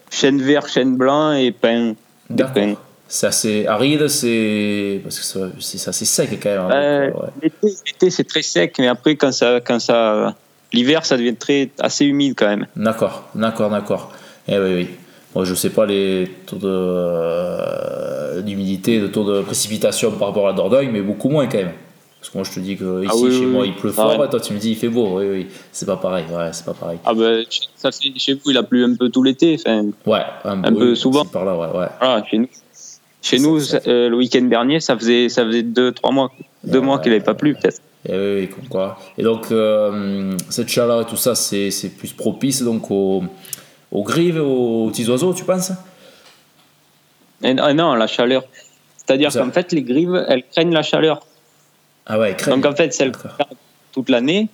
[SPEAKER 4] chêne vert, chêne blanc et pin. des pins.
[SPEAKER 3] D'accord. C'est assez aride, c'est. Parce que ça- c'est c'est assez sec quand même. hein, donc,
[SPEAKER 4] Euh,
[SPEAKER 3] ouais.
[SPEAKER 4] L'été, l'été, c'est très sec, mais après, quand ça, quand ça, l'hiver, ça devient très assez humide quand même.
[SPEAKER 3] D'accord, d'accord, d'accord. Eh oui, oui. Moi, je sais pas les taux de, euh, d'humidité, de taux de précipitation par rapport à la Dordogne, mais beaucoup moins quand même. Parce que moi, je te dis que ici,
[SPEAKER 4] Ah oui,
[SPEAKER 3] chez
[SPEAKER 4] oui,
[SPEAKER 3] moi,
[SPEAKER 4] oui.
[SPEAKER 3] il pleut
[SPEAKER 4] Ah
[SPEAKER 3] fort,
[SPEAKER 4] ouais.
[SPEAKER 3] et toi, tu me dis, il fait beau. Oui, oui, c'est pas pareil. Ouais, c'est pas pareil.
[SPEAKER 4] Ah ben, ça fait chez vous, il a plu un peu tout l'été. Enfin,
[SPEAKER 3] Ouais,
[SPEAKER 4] Un peu
[SPEAKER 3] oui,
[SPEAKER 4] souvent.
[SPEAKER 3] c'est Par là, ouais, ouais.
[SPEAKER 4] voilà, chez nous, chez
[SPEAKER 3] Ça-
[SPEAKER 4] nous,
[SPEAKER 3] ça-
[SPEAKER 4] ça- euh, le week-end dernier, ça faisait, ça faisait deux, trois mois, deux
[SPEAKER 3] Ouais,
[SPEAKER 4] mois qu'il n'avait pas plu peut-être.
[SPEAKER 3] Et Eh oui, oui, comme quoi. Et donc, euh, cette chaleur et tout ça, c'est c'est plus propice donc aux, aux grives, et aux petits oiseaux, tu penses
[SPEAKER 4] Et- ah non, la chaleur. C'est-à-dire
[SPEAKER 3] Ça-
[SPEAKER 4] qu'en fait, les grives, elles craignent la chaleur.
[SPEAKER 3] Ah ouais, crème.
[SPEAKER 4] Donc en fait, celles qui
[SPEAKER 3] D'accord.
[SPEAKER 4] perdent toute l'année,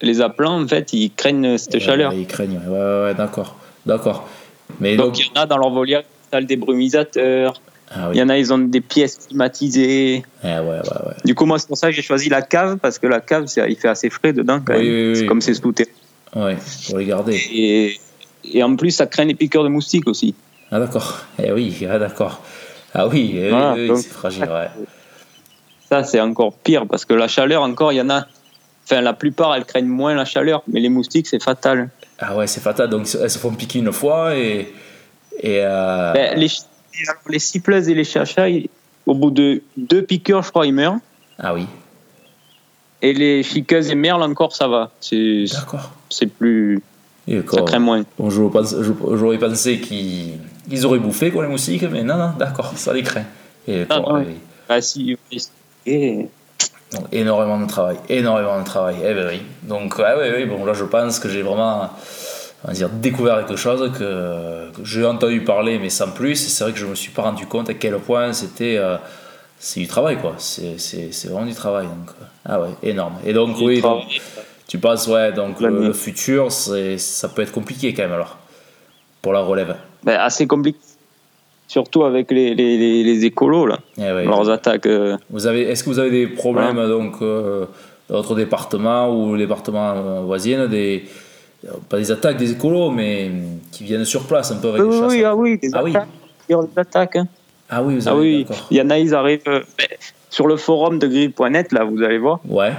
[SPEAKER 4] les aplants, en fait, ils craignent cette
[SPEAKER 3] Eh Ouais,
[SPEAKER 4] chaleur.
[SPEAKER 3] Ils craignent, ouais, ouais, ouais, d'accord. D'accord. Mais donc.
[SPEAKER 4] donc, il y en a dans leur volière qui installent des brumisateurs.
[SPEAKER 3] Ah
[SPEAKER 4] Il
[SPEAKER 3] oui.
[SPEAKER 4] y en a, ils ont des pièces climatisées.
[SPEAKER 3] Eh ouais, ouais, ouais.
[SPEAKER 4] Du coup, moi, c'est pour ça que j'ai choisi la cave, parce que la cave, c'est- il fait assez frais dedans quand
[SPEAKER 3] Oui,
[SPEAKER 4] même.
[SPEAKER 3] oui, oui.
[SPEAKER 4] C'est Comme c'est souterrain.
[SPEAKER 3] Ouais, pour les garder.
[SPEAKER 4] Et, et en plus, ça craint les piqûres de moustiques aussi.
[SPEAKER 3] Ah d'accord. Eh oui, ah, d'accord. Ah oui, eh oui,
[SPEAKER 4] Voilà,
[SPEAKER 3] oui,
[SPEAKER 4] donc-
[SPEAKER 3] c'est fragile, ouais.
[SPEAKER 4] Ça, c'est encore pire, parce que la chaleur, encore, il y en a. Enfin, la plupart, elles craignent moins la chaleur, mais les moustiques, c'est fatal.
[SPEAKER 3] Ah ouais, c'est fatal. Donc elles se font piquer une fois et et euh,
[SPEAKER 4] Ben, les, ch- les cipleuses et les chachas, ils- au bout de deux piqûres, je crois, ils meurent.
[SPEAKER 3] ah oui.
[SPEAKER 4] Et les chiqueuses et merles, encore, ça va. C'est
[SPEAKER 3] D'accord.
[SPEAKER 4] c'est plus.
[SPEAKER 3] Et
[SPEAKER 4] Ça
[SPEAKER 3] quoi,
[SPEAKER 4] craint moins.
[SPEAKER 3] bon, j'aurais pensé, j'aurais pensé qu'ils ils auraient bouffé quoi, les moustiques, mais non, non, d'accord, ça les craint. Et eh
[SPEAKER 4] Ah,
[SPEAKER 3] quoi,
[SPEAKER 4] ouais. Ah, si, oui. Et-
[SPEAKER 3] Donc, énormément de travail, énormément de travail. Eh ben oui. Donc ah oui, oui, bon là je pense que j'ai vraiment on va dire, découvert quelque chose que, que j'ai entendu parler mais sans plus. Et c'est vrai que je me suis pas rendu compte à quel point c'était euh, c'est du travail quoi. C'est, c'est, c'est vraiment du travail donc euh, ah ouais énorme. Et donc oui donc, tu penses ouais donc euh, le,
[SPEAKER 4] L'année.
[SPEAKER 3] le futur c'est ça peut être compliqué quand même alors pour la relève.
[SPEAKER 4] Ben, assez compliqué. Surtout avec les, les, les, les écolos, là.
[SPEAKER 3] Eh ouais.
[SPEAKER 4] leurs attaques. euh,
[SPEAKER 3] Vous avez, est-ce que vous avez des problèmes donc euh, dans votre département ou le département euh, voisin des euh, pas des attaques des écolos mais euh, qui viennent sur place un peu avec
[SPEAKER 4] Oui,
[SPEAKER 3] des
[SPEAKER 4] oui,
[SPEAKER 3] chasses.
[SPEAKER 4] oui, ah oui, des
[SPEAKER 3] Ah oui.
[SPEAKER 4] attaques. Il y a des attaques, hein.
[SPEAKER 3] Ah oui, vous
[SPEAKER 4] Ah
[SPEAKER 3] avez
[SPEAKER 4] oui,
[SPEAKER 3] d'accord.
[SPEAKER 4] il y en a, ils arrivent. euh, ben, sur le forum de grippe.net, là, vous allez voir,
[SPEAKER 3] Ouais.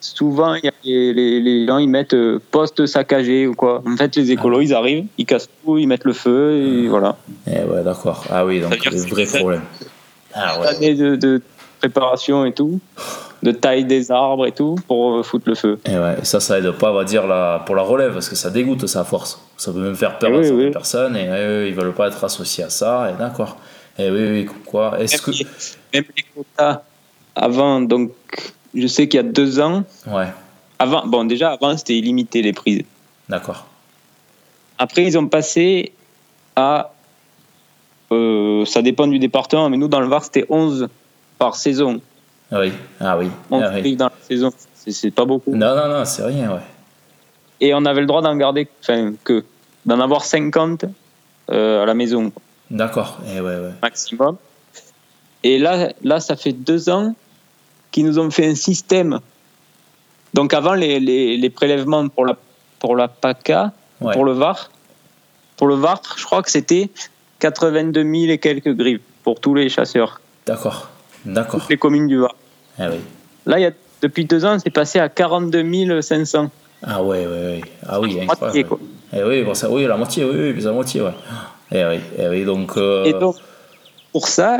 [SPEAKER 4] souvent, il y a les, les- les gens, ils mettent euh, poste saccagé ou quoi. En fait, les
[SPEAKER 3] Ah.
[SPEAKER 4] écolos, ils arrivent, ils cassent tout, ils mettent le feu, et voilà.
[SPEAKER 3] Eh ouais, d'accord. Ah oui, donc
[SPEAKER 4] Ça veut dire
[SPEAKER 3] des
[SPEAKER 4] que
[SPEAKER 3] vrais
[SPEAKER 4] c'est-
[SPEAKER 3] problèmes. Ah ouais.
[SPEAKER 4] Année de, de préparation et tout, de taille des arbres et tout, pour euh, foutre le feu.
[SPEAKER 3] Et Eh ouais, ça, ça aide pas, on va dire, la, pour la relève, parce que ça dégoûte, ça, à force. Ça peut même faire peur
[SPEAKER 4] Eh
[SPEAKER 3] à
[SPEAKER 4] oui,
[SPEAKER 3] certaines
[SPEAKER 4] oui.
[SPEAKER 3] personnes, et eux, ils veulent pas être associés à ça, et d'accord. Et oui, oui, quoi. Est-ce que.
[SPEAKER 4] Même les- Même les quotas avant, donc, je sais qu'il y a deux ans,
[SPEAKER 3] Ouais,
[SPEAKER 4] avant, bon, déjà, avant, c'était illimité les prises.
[SPEAKER 3] d'accord.
[SPEAKER 4] Après, ils ont passé à. euh, ça dépend du département, mais nous, dans le Var, c'était 11 par saison.
[SPEAKER 3] Ah oui, ah oui.
[SPEAKER 4] 11
[SPEAKER 3] ah oui. Mm.
[SPEAKER 4] prises dans la saison. C'est- C'est pas beaucoup.
[SPEAKER 3] Non, non, non, c'est rien, ouais.
[SPEAKER 4] Et on avait le droit d'en garder, enfin, que. D'en avoir 50 euh, à la maison, quoi,
[SPEAKER 3] D'accord, et ouais, ouais.
[SPEAKER 4] maximum. Et là, là, ça fait deux ans qu'ils nous ont fait un système. Donc, avant, les, les- les prélèvements pour la, pour la PACA,
[SPEAKER 3] Ouais.
[SPEAKER 4] pour le Var. Pour le Var, je crois que c'était 82 000 et quelques grives pour tous les chasseurs,
[SPEAKER 3] D'accord, d'accord.
[SPEAKER 4] toutes les communes du Var.
[SPEAKER 3] Ah oui.
[SPEAKER 4] Là, il y a, depuis deux ans, c'est passé à 42 500.
[SPEAKER 3] Ah ouais, ouais, ouais. Ah oui,
[SPEAKER 4] Moitié,
[SPEAKER 3] incroyable.
[SPEAKER 4] quoi.
[SPEAKER 3] Eh oui, bon, ça, oui, la moitié, oui, oui, plus la moitié, ouais. Eh oui, eh oui, donc. euh,
[SPEAKER 4] Et donc, pour ça,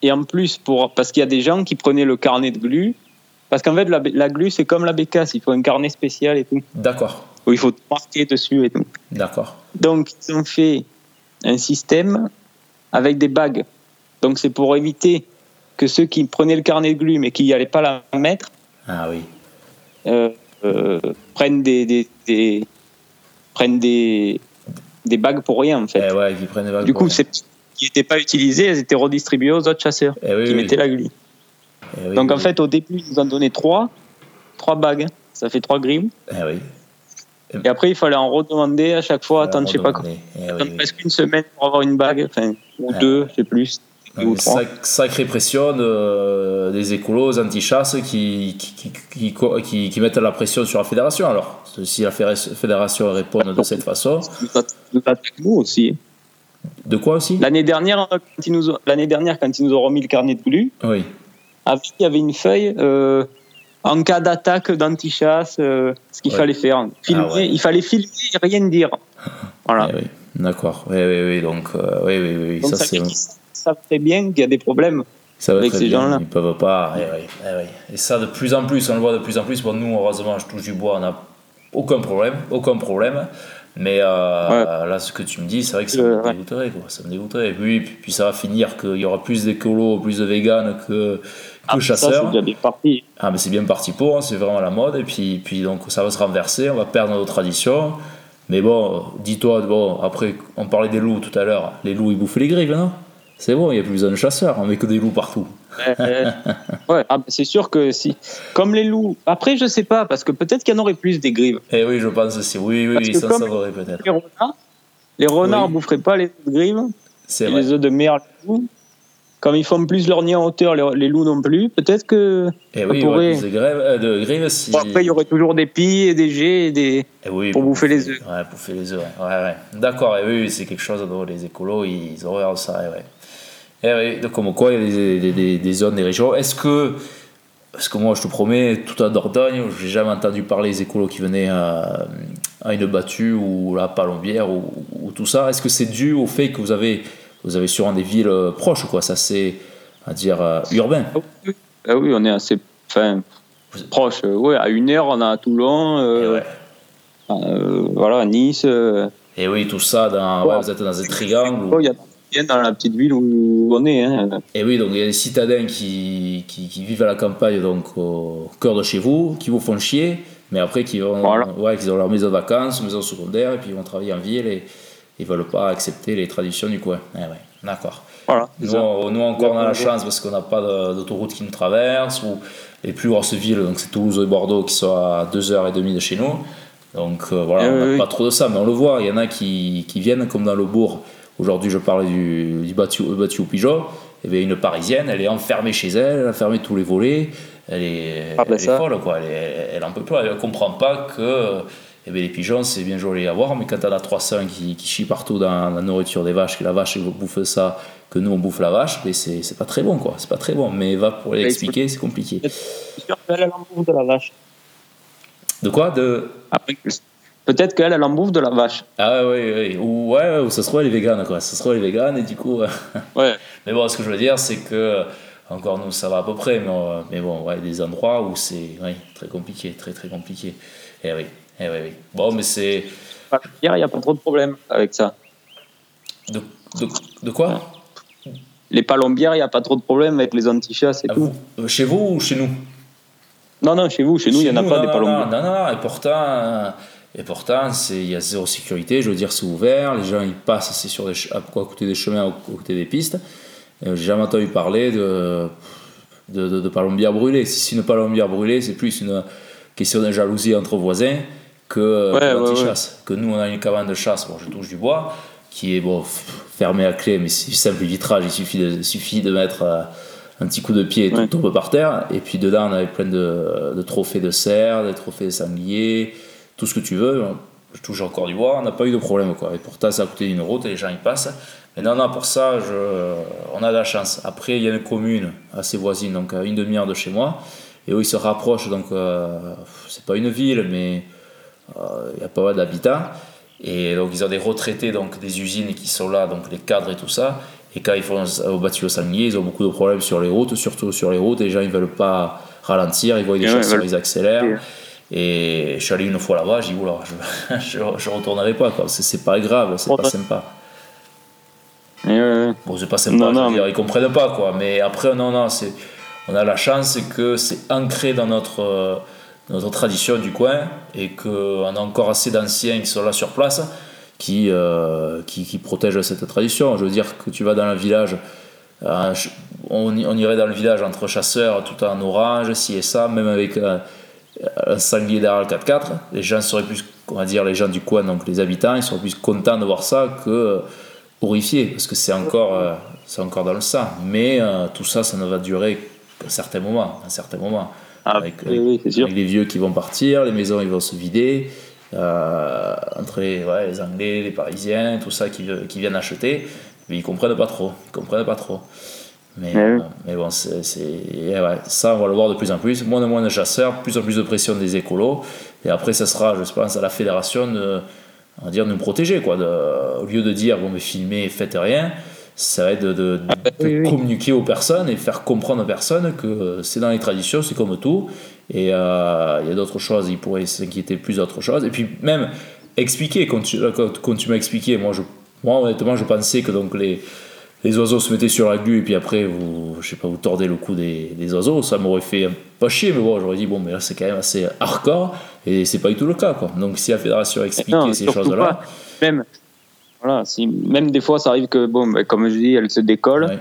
[SPEAKER 4] et en plus, pour, parce qu'il y a des gens qui prenaient le carnet de glu, parce qu'en fait, la, la glu, c'est comme la bécasse, il faut un carnet spécial et tout,
[SPEAKER 3] D'accord,
[SPEAKER 4] où il faut marquer dessus et tout.
[SPEAKER 3] d'accord.
[SPEAKER 4] Donc, ils ont fait un système avec des bagues. Donc, c'est pour éviter que ceux qui prenaient le carnet de glu mais qui n'allaient pas la mettre
[SPEAKER 3] Ah oui,
[SPEAKER 4] euh, euh, prennent des, des, des- prennent des des bagues pour rien en fait.
[SPEAKER 3] eh ouais, qui prennent des vagues.
[SPEAKER 4] du coup,
[SPEAKER 3] ouais.
[SPEAKER 4] ces petites qui n'étaient pas utilisées, elles étaient redistribuées aux autres chasseurs
[SPEAKER 3] Eh oui,
[SPEAKER 4] qui
[SPEAKER 3] oui.
[SPEAKER 4] mettaient la glu.
[SPEAKER 3] Eh oui,
[SPEAKER 4] Donc, en
[SPEAKER 3] oui.
[SPEAKER 4] fait, au début, ils nous en donnaient trois, trois bagues. Ça fait trois grilles.
[SPEAKER 3] Eh oui.
[SPEAKER 4] Et après, il fallait en redemander à chaque fois. Attendre, oh, je sais pas quoi.
[SPEAKER 3] Eh oui,
[SPEAKER 4] Attendre
[SPEAKER 3] oui.
[SPEAKER 4] presque une semaine pour avoir une bague, enfin, ou
[SPEAKER 3] Ah.
[SPEAKER 4] deux, je sais plus.
[SPEAKER 3] Non, mais sac- sacrée pression de- des écolos anti-chasse qui, qui, qui, qui, qui- qui mettent la pression sur la fédération. Alors, si la fédé- fédération répond de cette façon,
[SPEAKER 4] Ils nous atta- ils nous attaquent nous aussi.
[SPEAKER 3] de quoi aussi
[SPEAKER 4] L'année dernière, quand ils nous ont, l'année dernière, quand ils nous ont remis le carnet de glu,
[SPEAKER 3] Oui.
[SPEAKER 4] avec- il y avait une feuille euh, en cas d'attaque d'anti-chasse, euh, ce qu'il
[SPEAKER 3] Ouais.
[SPEAKER 4] fallait faire. Filmer,
[SPEAKER 3] Ah ouais.
[SPEAKER 4] Il fallait filmer et rien dire. Voilà.
[SPEAKER 3] Eh oui, d'accord. Oui, oui, oui. Donc, euh, oui, oui, oui.
[SPEAKER 4] Donc
[SPEAKER 3] ça,
[SPEAKER 4] ça,
[SPEAKER 3] c'est.
[SPEAKER 4] fait qu'ils savent très bien qu'il y a des problèmes.
[SPEAKER 3] Ça va
[SPEAKER 4] avec
[SPEAKER 3] très
[SPEAKER 4] ces
[SPEAKER 3] bien,
[SPEAKER 4] gens-là.
[SPEAKER 3] Ils peuvent pas. eh oui, eh oui. Et ça, de plus en plus, on le voit de plus en plus. Bon, nous, heureusement, je touche du bois, on n'a aucun problème, aucun problème. Mais euh,
[SPEAKER 4] Ouais.
[SPEAKER 3] là, ce que tu me dis, c'est vrai que ça
[SPEAKER 4] Euh,
[SPEAKER 3] me
[SPEAKER 4] ouais.
[SPEAKER 3] dégoûterait, quoi. Ça me dégoûterait. Et puis, puis, puis ça va finir qu'il y aura plus d'écolos, plus de véganes que, que
[SPEAKER 4] Ah, Ça, c'est
[SPEAKER 3] chasseurs.
[SPEAKER 4] déjà bien parti.
[SPEAKER 3] Ah, mais c'est bien parti pour, hein, c'est vraiment la mode. Et puis, puis donc, ça va se renverser, on va perdre nos traditions. Mais bon, dis-toi, bon, après, on parlait des loups tout à l'heure. Les loups, ils bouffent les grives, non C'est bon, il n'y a plus besoin de chasseurs, on met que des loups partout.
[SPEAKER 4] Euh, ouais, ah, bah, c'est sûr que si. Comme les loups. Après, je sais pas, parce que peut-être qu'il y en aurait plus des grives.
[SPEAKER 3] Eh oui, je pense aussi. Oui, oui,
[SPEAKER 4] Parce
[SPEAKER 3] oui
[SPEAKER 4] que
[SPEAKER 3] ça
[SPEAKER 4] comme-
[SPEAKER 3] ça vaudrait peut-être.
[SPEAKER 4] Les renards, les renards
[SPEAKER 3] Oui.
[SPEAKER 4] boufferaient pas les œufs de grives
[SPEAKER 3] C'est
[SPEAKER 4] et
[SPEAKER 3] vrai.
[SPEAKER 4] les œufs de merle. et tout. Comme ils font plus leur nid en hauteur, les, les loups non plus. Peut-être que.
[SPEAKER 3] Eh oui, il y aurait
[SPEAKER 4] pourrait-
[SPEAKER 3] plus de grèves, euh, de grives si.
[SPEAKER 4] Bon, après, il y aurait toujours des pies et des jets et des.
[SPEAKER 3] Eh oui,
[SPEAKER 4] pour bouffer les œufs.
[SPEAKER 3] Ouais, bouffer les œufs. Ouais, ouais. ouais. D'accord. Eh oui, oui, c'est quelque chose dont les écolos ils horreur ça. Eh ouais. Eh oui, donc, comme quoi il y a des, des- des- des zones, des régions. Est-ce que parce que moi, je te promets, tout à Dordogne, j'ai jamais entendu parler des écolos qui venaient à, à une battue ou la palombière ou, ou tout ça. Est-ce que c'est dû au fait que vous avez, vous avez sûrement des villes euh, proches, quoi Ça, c'est, à dire, euh, urbain.
[SPEAKER 4] Ah oui, on est assez. Enfin, proche. euh, ouais, à une heure, on est à Toulon,
[SPEAKER 3] Et
[SPEAKER 4] euh,
[SPEAKER 3] ouais.
[SPEAKER 4] euh, voilà, à Nice. euh,
[SPEAKER 3] Et Eh oui, tout ça, dans, ouais, vous êtes dans un triangle. où-
[SPEAKER 4] oh, Il y a bien dans la petite ville où on est. hein.
[SPEAKER 3] Et oui, donc il y a des citadins qui, qui, qui vivent à la campagne, donc au cœur de chez vous, qui vous font chier, mais après qui vont,
[SPEAKER 4] Voilà.
[SPEAKER 3] ouais, qui ont leur maison de vacances, maison secondaire, et puis ils vont travailler en ville et ils veulent pas accepter les traditions du coin. Eh ouais, d'accord.
[SPEAKER 4] Voilà, c'est
[SPEAKER 3] Nous,
[SPEAKER 4] ça.
[SPEAKER 3] on- nous encore on a la
[SPEAKER 4] Ouais.
[SPEAKER 3] chance parce qu'on n'a pas de- d'autoroute qui nous traverse ou les plus grosses villes, donc c'est Toulouse et Bordeaux qui sont à 2h30 de chez nous. Donc euh, voilà,
[SPEAKER 4] Eh
[SPEAKER 3] on n'a
[SPEAKER 4] oui, oui.
[SPEAKER 3] pas trop de ça, mais on le voit, il y en a qui, qui viennent comme dans le bourg. Aujourd'hui, je parlais du, du battu, euh, battu au pigeon. Et bien, une parisienne, elle est enfermée chez elle, elle a fermé tous les volets, elle est,
[SPEAKER 4] Ah, ben
[SPEAKER 3] elle est
[SPEAKER 4] ça.
[SPEAKER 3] folle, quoi. Elle, n'en peut plus, elle ne comprend pas que eh ben, les pigeons, c'est bien joli à voir, mais quand t'en as 300 qui, qui chient partout dans la nourriture des vaches, que la vache elle bouffe ça, que nous on bouffe la vache, mais c'est c'est pas très bon, quoi. C'est pas très bon, mais va pour l'expliquer, c'est compliqué.
[SPEAKER 4] C'est sûr qu'elle, elle en bouffe de la vache.
[SPEAKER 3] De quoi de...
[SPEAKER 4] Après, Peut-être qu'elle, elle en bouffe de la vache.
[SPEAKER 3] Ah ouais, ouais, ouais. Ou, ouais, ouais, ou ça se trouve, elle est végane, quoi. Ça se trouve, elle est végane, et du coup. euh,
[SPEAKER 4] Ouais.
[SPEAKER 3] Mais bon, ce que je veux dire, c'est que, euh, encore nous, ça va à peu près, mais, euh, mais bon, ouais, des endroits où c'est ouais, très compliqué, très très compliqué. Eh oui, eh oui, oui. Bon, mais c'est.
[SPEAKER 4] Hier, il n'y a pas trop de problème avec ça.
[SPEAKER 3] De, de- de quoi
[SPEAKER 4] Ah, Les palombières, il n'y a pas trop de problème avec les antichats, c'est
[SPEAKER 3] À
[SPEAKER 4] tout.
[SPEAKER 3] vous Euh, Chez vous ou chez nous
[SPEAKER 4] Non, non, chez vous, chez nous, il n'y en a
[SPEAKER 3] Chez
[SPEAKER 4] pas
[SPEAKER 3] non,
[SPEAKER 4] des
[SPEAKER 3] non,
[SPEAKER 4] palombières.
[SPEAKER 3] Non, non, non, et pourtant, et pourtant c'est- il y a zéro sécurité, je veux dire, c'est ouvert, les gens ils passent, c'est sur des, ch- à côté des chemins, à côté des pistes. Euh, J'ai jamais entendu parler de, de, de, de palombière brûlée. Si c'est une palombière brûlée, c'est plus une question de jalousie entre voisins que euh,
[SPEAKER 4] Ouais, ouais,
[SPEAKER 3] l'anti-chasse. Que nous, on a une cabane de chasse, bon, je touche du bois, qui est bon, f- fermée à clé, mais c'est du simple vitrage, il suffit de, il suffit de mettre euh, un petit coup de pied et tout
[SPEAKER 4] Ouais.
[SPEAKER 3] tombe par terre. Et puis dedans, on avait plein de, de trophées de cerfs, des trophées de sangliers, tout ce que tu veux. Je touche encore du bois, on n'a pas eu de problème. Quoi. Et pourtant, ça a coûté une route et les gens y passent. Mais non, non, pour ça, je- on a de la chance. Après, il y a une commune assez voisine, donc à une demi-heure de chez moi, et où ils se rapprochent. Donc, euh, c'est pas une ville, mais euh, il y a pas mal d'habitants. Et donc, ils ont des retraités donc, des usines qui sont là, donc les cadres et tout ça. Et quand ils font au battu au sanglier, ils ont beaucoup de problèmes sur les routes, surtout sur les routes. Les gens, ils veulent pas ralentir, ils voient des
[SPEAKER 4] Et ouais,
[SPEAKER 3] chasseurs,
[SPEAKER 4] ils
[SPEAKER 3] ils accélèrent.
[SPEAKER 4] Ouais.
[SPEAKER 3] Et je suis allé une fois là-bas, j'ai dit, oula, je, je, je retournerai pas, quoi. C'est- c'est pas grave, c'est pas
[SPEAKER 4] Ouais.
[SPEAKER 3] sympa.
[SPEAKER 4] Et, euh,
[SPEAKER 3] Bon, c'est pas sympa, je
[SPEAKER 4] Non,
[SPEAKER 3] veux
[SPEAKER 4] non,
[SPEAKER 3] dire, ils comprennent pas, quoi. Mais après, non, non, c'est, on a la chance que c'est ancré dans notre, euh, notre tradition du coin et qu'on a encore assez d'anciens qui sont là sur place qui, euh, qui, qui protègent cette tradition. Je veux dire que tu vas dans un village, euh, ch- on, y- on irait dans le village entre chasseurs, tout en orange, ci et ça, même avec euh, un sanglier derrière le 4x4, les gens seraient plus, on va dire, les gens du coin, donc les habitants, ils seraient plus contents de voir ça que euh, horrifiés, parce que c'est encore, euh, c'est encore dans le sang. Mais euh, tout ça, ça ne va durer qu'un certain moment, un certain moment.
[SPEAKER 4] ah,
[SPEAKER 3] Avec-
[SPEAKER 4] oui, oui, c'est sûr.
[SPEAKER 3] Avec les vieux qui vont partir, les maisons ils vont se vider, euh, entre les, ouais, les Anglais, les Parisiens, tout ça qui, qui viennent acheter, mais ils comprennent pas trop, ils comprennent pas trop. Mais,
[SPEAKER 4] Ouais.
[SPEAKER 3] euh, mais bon, c'est, c'est- et ouais, ça on va le voir de plus en plus, moins en moins de chasseurs, plus en plus de pression des écolos, et après ça sera, je pense, à la fédération de on va dire, nous protéger, quoi, de- au lieu de dire bon mais filmez, faites rien. Ça va être de, de- de
[SPEAKER 4] Ah, bah oui, oui.
[SPEAKER 3] communiquer aux personnes et faire comprendre aux personnes que euh, c'est dans les traditions, c'est comme tout. Et euh, il y a d'autres choses, ils pourraient s'inquiéter plus d'autres choses. Et puis même expliquer, quand tu, quand, quand tu m'as expliqué, moi, je, moi honnêtement je pensais que donc les, les oiseaux se mettaient sur la glu et puis après vous, je sais pas, vous tordez le cou des, des oiseaux, ça m'aurait fait pas chier, mais bon, j'aurais dit bon mais là c'est quand même assez hardcore et c'est pas du tout le cas quoi. Donc si la fédération expliquait
[SPEAKER 4] Non,
[SPEAKER 3] ces
[SPEAKER 4] surtout
[SPEAKER 3] choses-là,
[SPEAKER 4] pas. Même, voilà, si, même des fois, ça arrive que, bon, ben, comme je dis, elle se décolle.
[SPEAKER 3] ouais.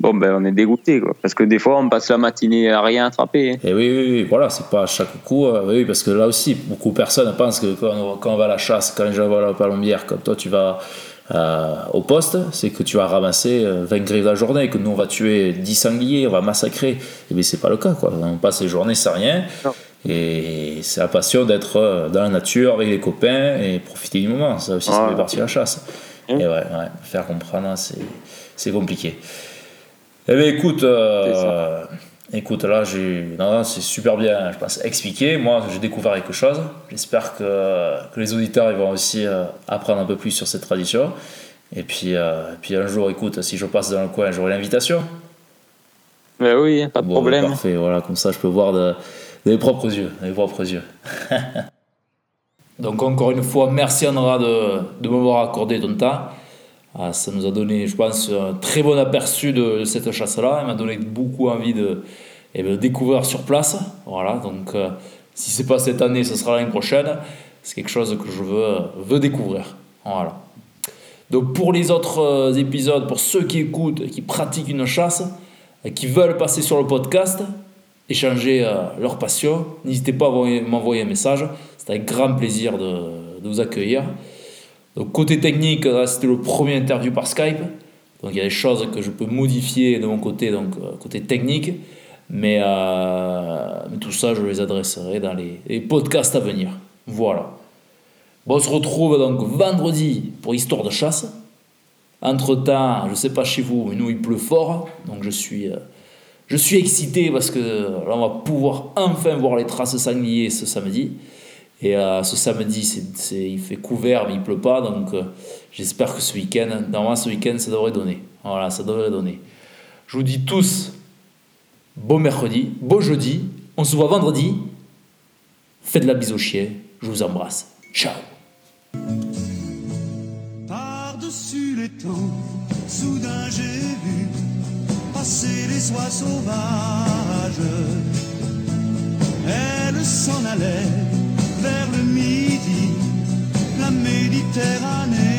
[SPEAKER 4] Bon, ben, on est dégoûté, quoi. Parce que des fois, on passe la matinée à rien attraper. hein.
[SPEAKER 3] Et oui, oui, oui, voilà, c'est pas à chaque coup. euh, oui, parce que là aussi, beaucoup de personnes pensent que quand on, quand on va à la chasse, quand les gens vont à la palombière, comme toi tu vas euh, au poste, c'est que tu vas ramasser euh, 20 grives la journée, que nous on va tuer 10 sangliers, on va massacrer. Et bien c'est pas le cas, quoi. On passe les journées sans rien.
[SPEAKER 4] Non.
[SPEAKER 3] Et c'est la passion d'être euh, dans la nature avec les copains et profiter du moment. Ça aussi, ça
[SPEAKER 4] Ouais.
[SPEAKER 3] fait partie de la chasse.
[SPEAKER 4] Mmh.
[SPEAKER 3] Et ouais, ouais, faire comprendre, hein, c'est c'est compliqué. Eh bien, écoute, euh,
[SPEAKER 4] C'est ça.
[SPEAKER 3] euh, écoute, là, j'ai, non, non, c'est super bien, je pense, expliqué. Moi, j'ai découvert quelque chose. J'espère que, que les auditeurs ils vont aussi euh, apprendre un peu plus sur cette tradition. Et puis, euh, et puis un jour, écoute, si je passe dans le coin, j'aurai l'invitation.
[SPEAKER 4] Ben oui, pas de
[SPEAKER 3] Bon,
[SPEAKER 4] problème.
[SPEAKER 3] Parfait, voilà, comme ça, je peux voir de,
[SPEAKER 5] de mes propres yeux, de mes propres yeux.
[SPEAKER 3] Donc encore une fois, merci Andra de, de m'avoir accordé ton temps. Ah, ça nous a donné, je pense, un très bon aperçu de, de cette chasse-là. Elle m'a donné beaucoup envie de, eh bien, de découvrir sur place. Voilà, donc euh, si c'est pas cette année, ce sera l'année prochaine. C'est quelque chose que je veux, veux découvrir. Voilà. Donc pour les autres euh, épisodes, pour ceux qui écoutent, qui pratiquent une chasse, euh, qui veulent passer sur le podcast, échanger leur passion, n'hésitez pas à envoyer- m'envoyer un message. C'est avec grand plaisir de, de vous accueillir. Donc côté technique, là, c'était le premier interview par Skype. Donc il y a des choses que je peux modifier de mon côté, donc euh, côté technique. Mais, euh, mais tout ça, je les adresserai dans les, les podcasts à venir. Voilà. Bon, on se retrouve donc vendredi pour Histoire de chasse. Entre-temps, je sais pas chez vous, mais nous il pleut fort. Donc je suis, euh, je suis excité parce que là on va pouvoir enfin voir les traces sangliers ce samedi. Et euh, ce samedi, c'est- c'est- il fait couvert, mais il pleut pas, donc euh, j'espère que ce week-end, normalement ce week-end, ça devrait donner. Voilà, ça devrait donner. Je vous dis tous, bon mercredi, bon jeudi, on se voit vendredi. Faites de la bise au chien, je vous embrasse. Ciao
[SPEAKER 1] Par-dessus les temps, soudain j'ai vu passer les oies sauvages. Elles s'en allaient vers le midi, la Méditerranée.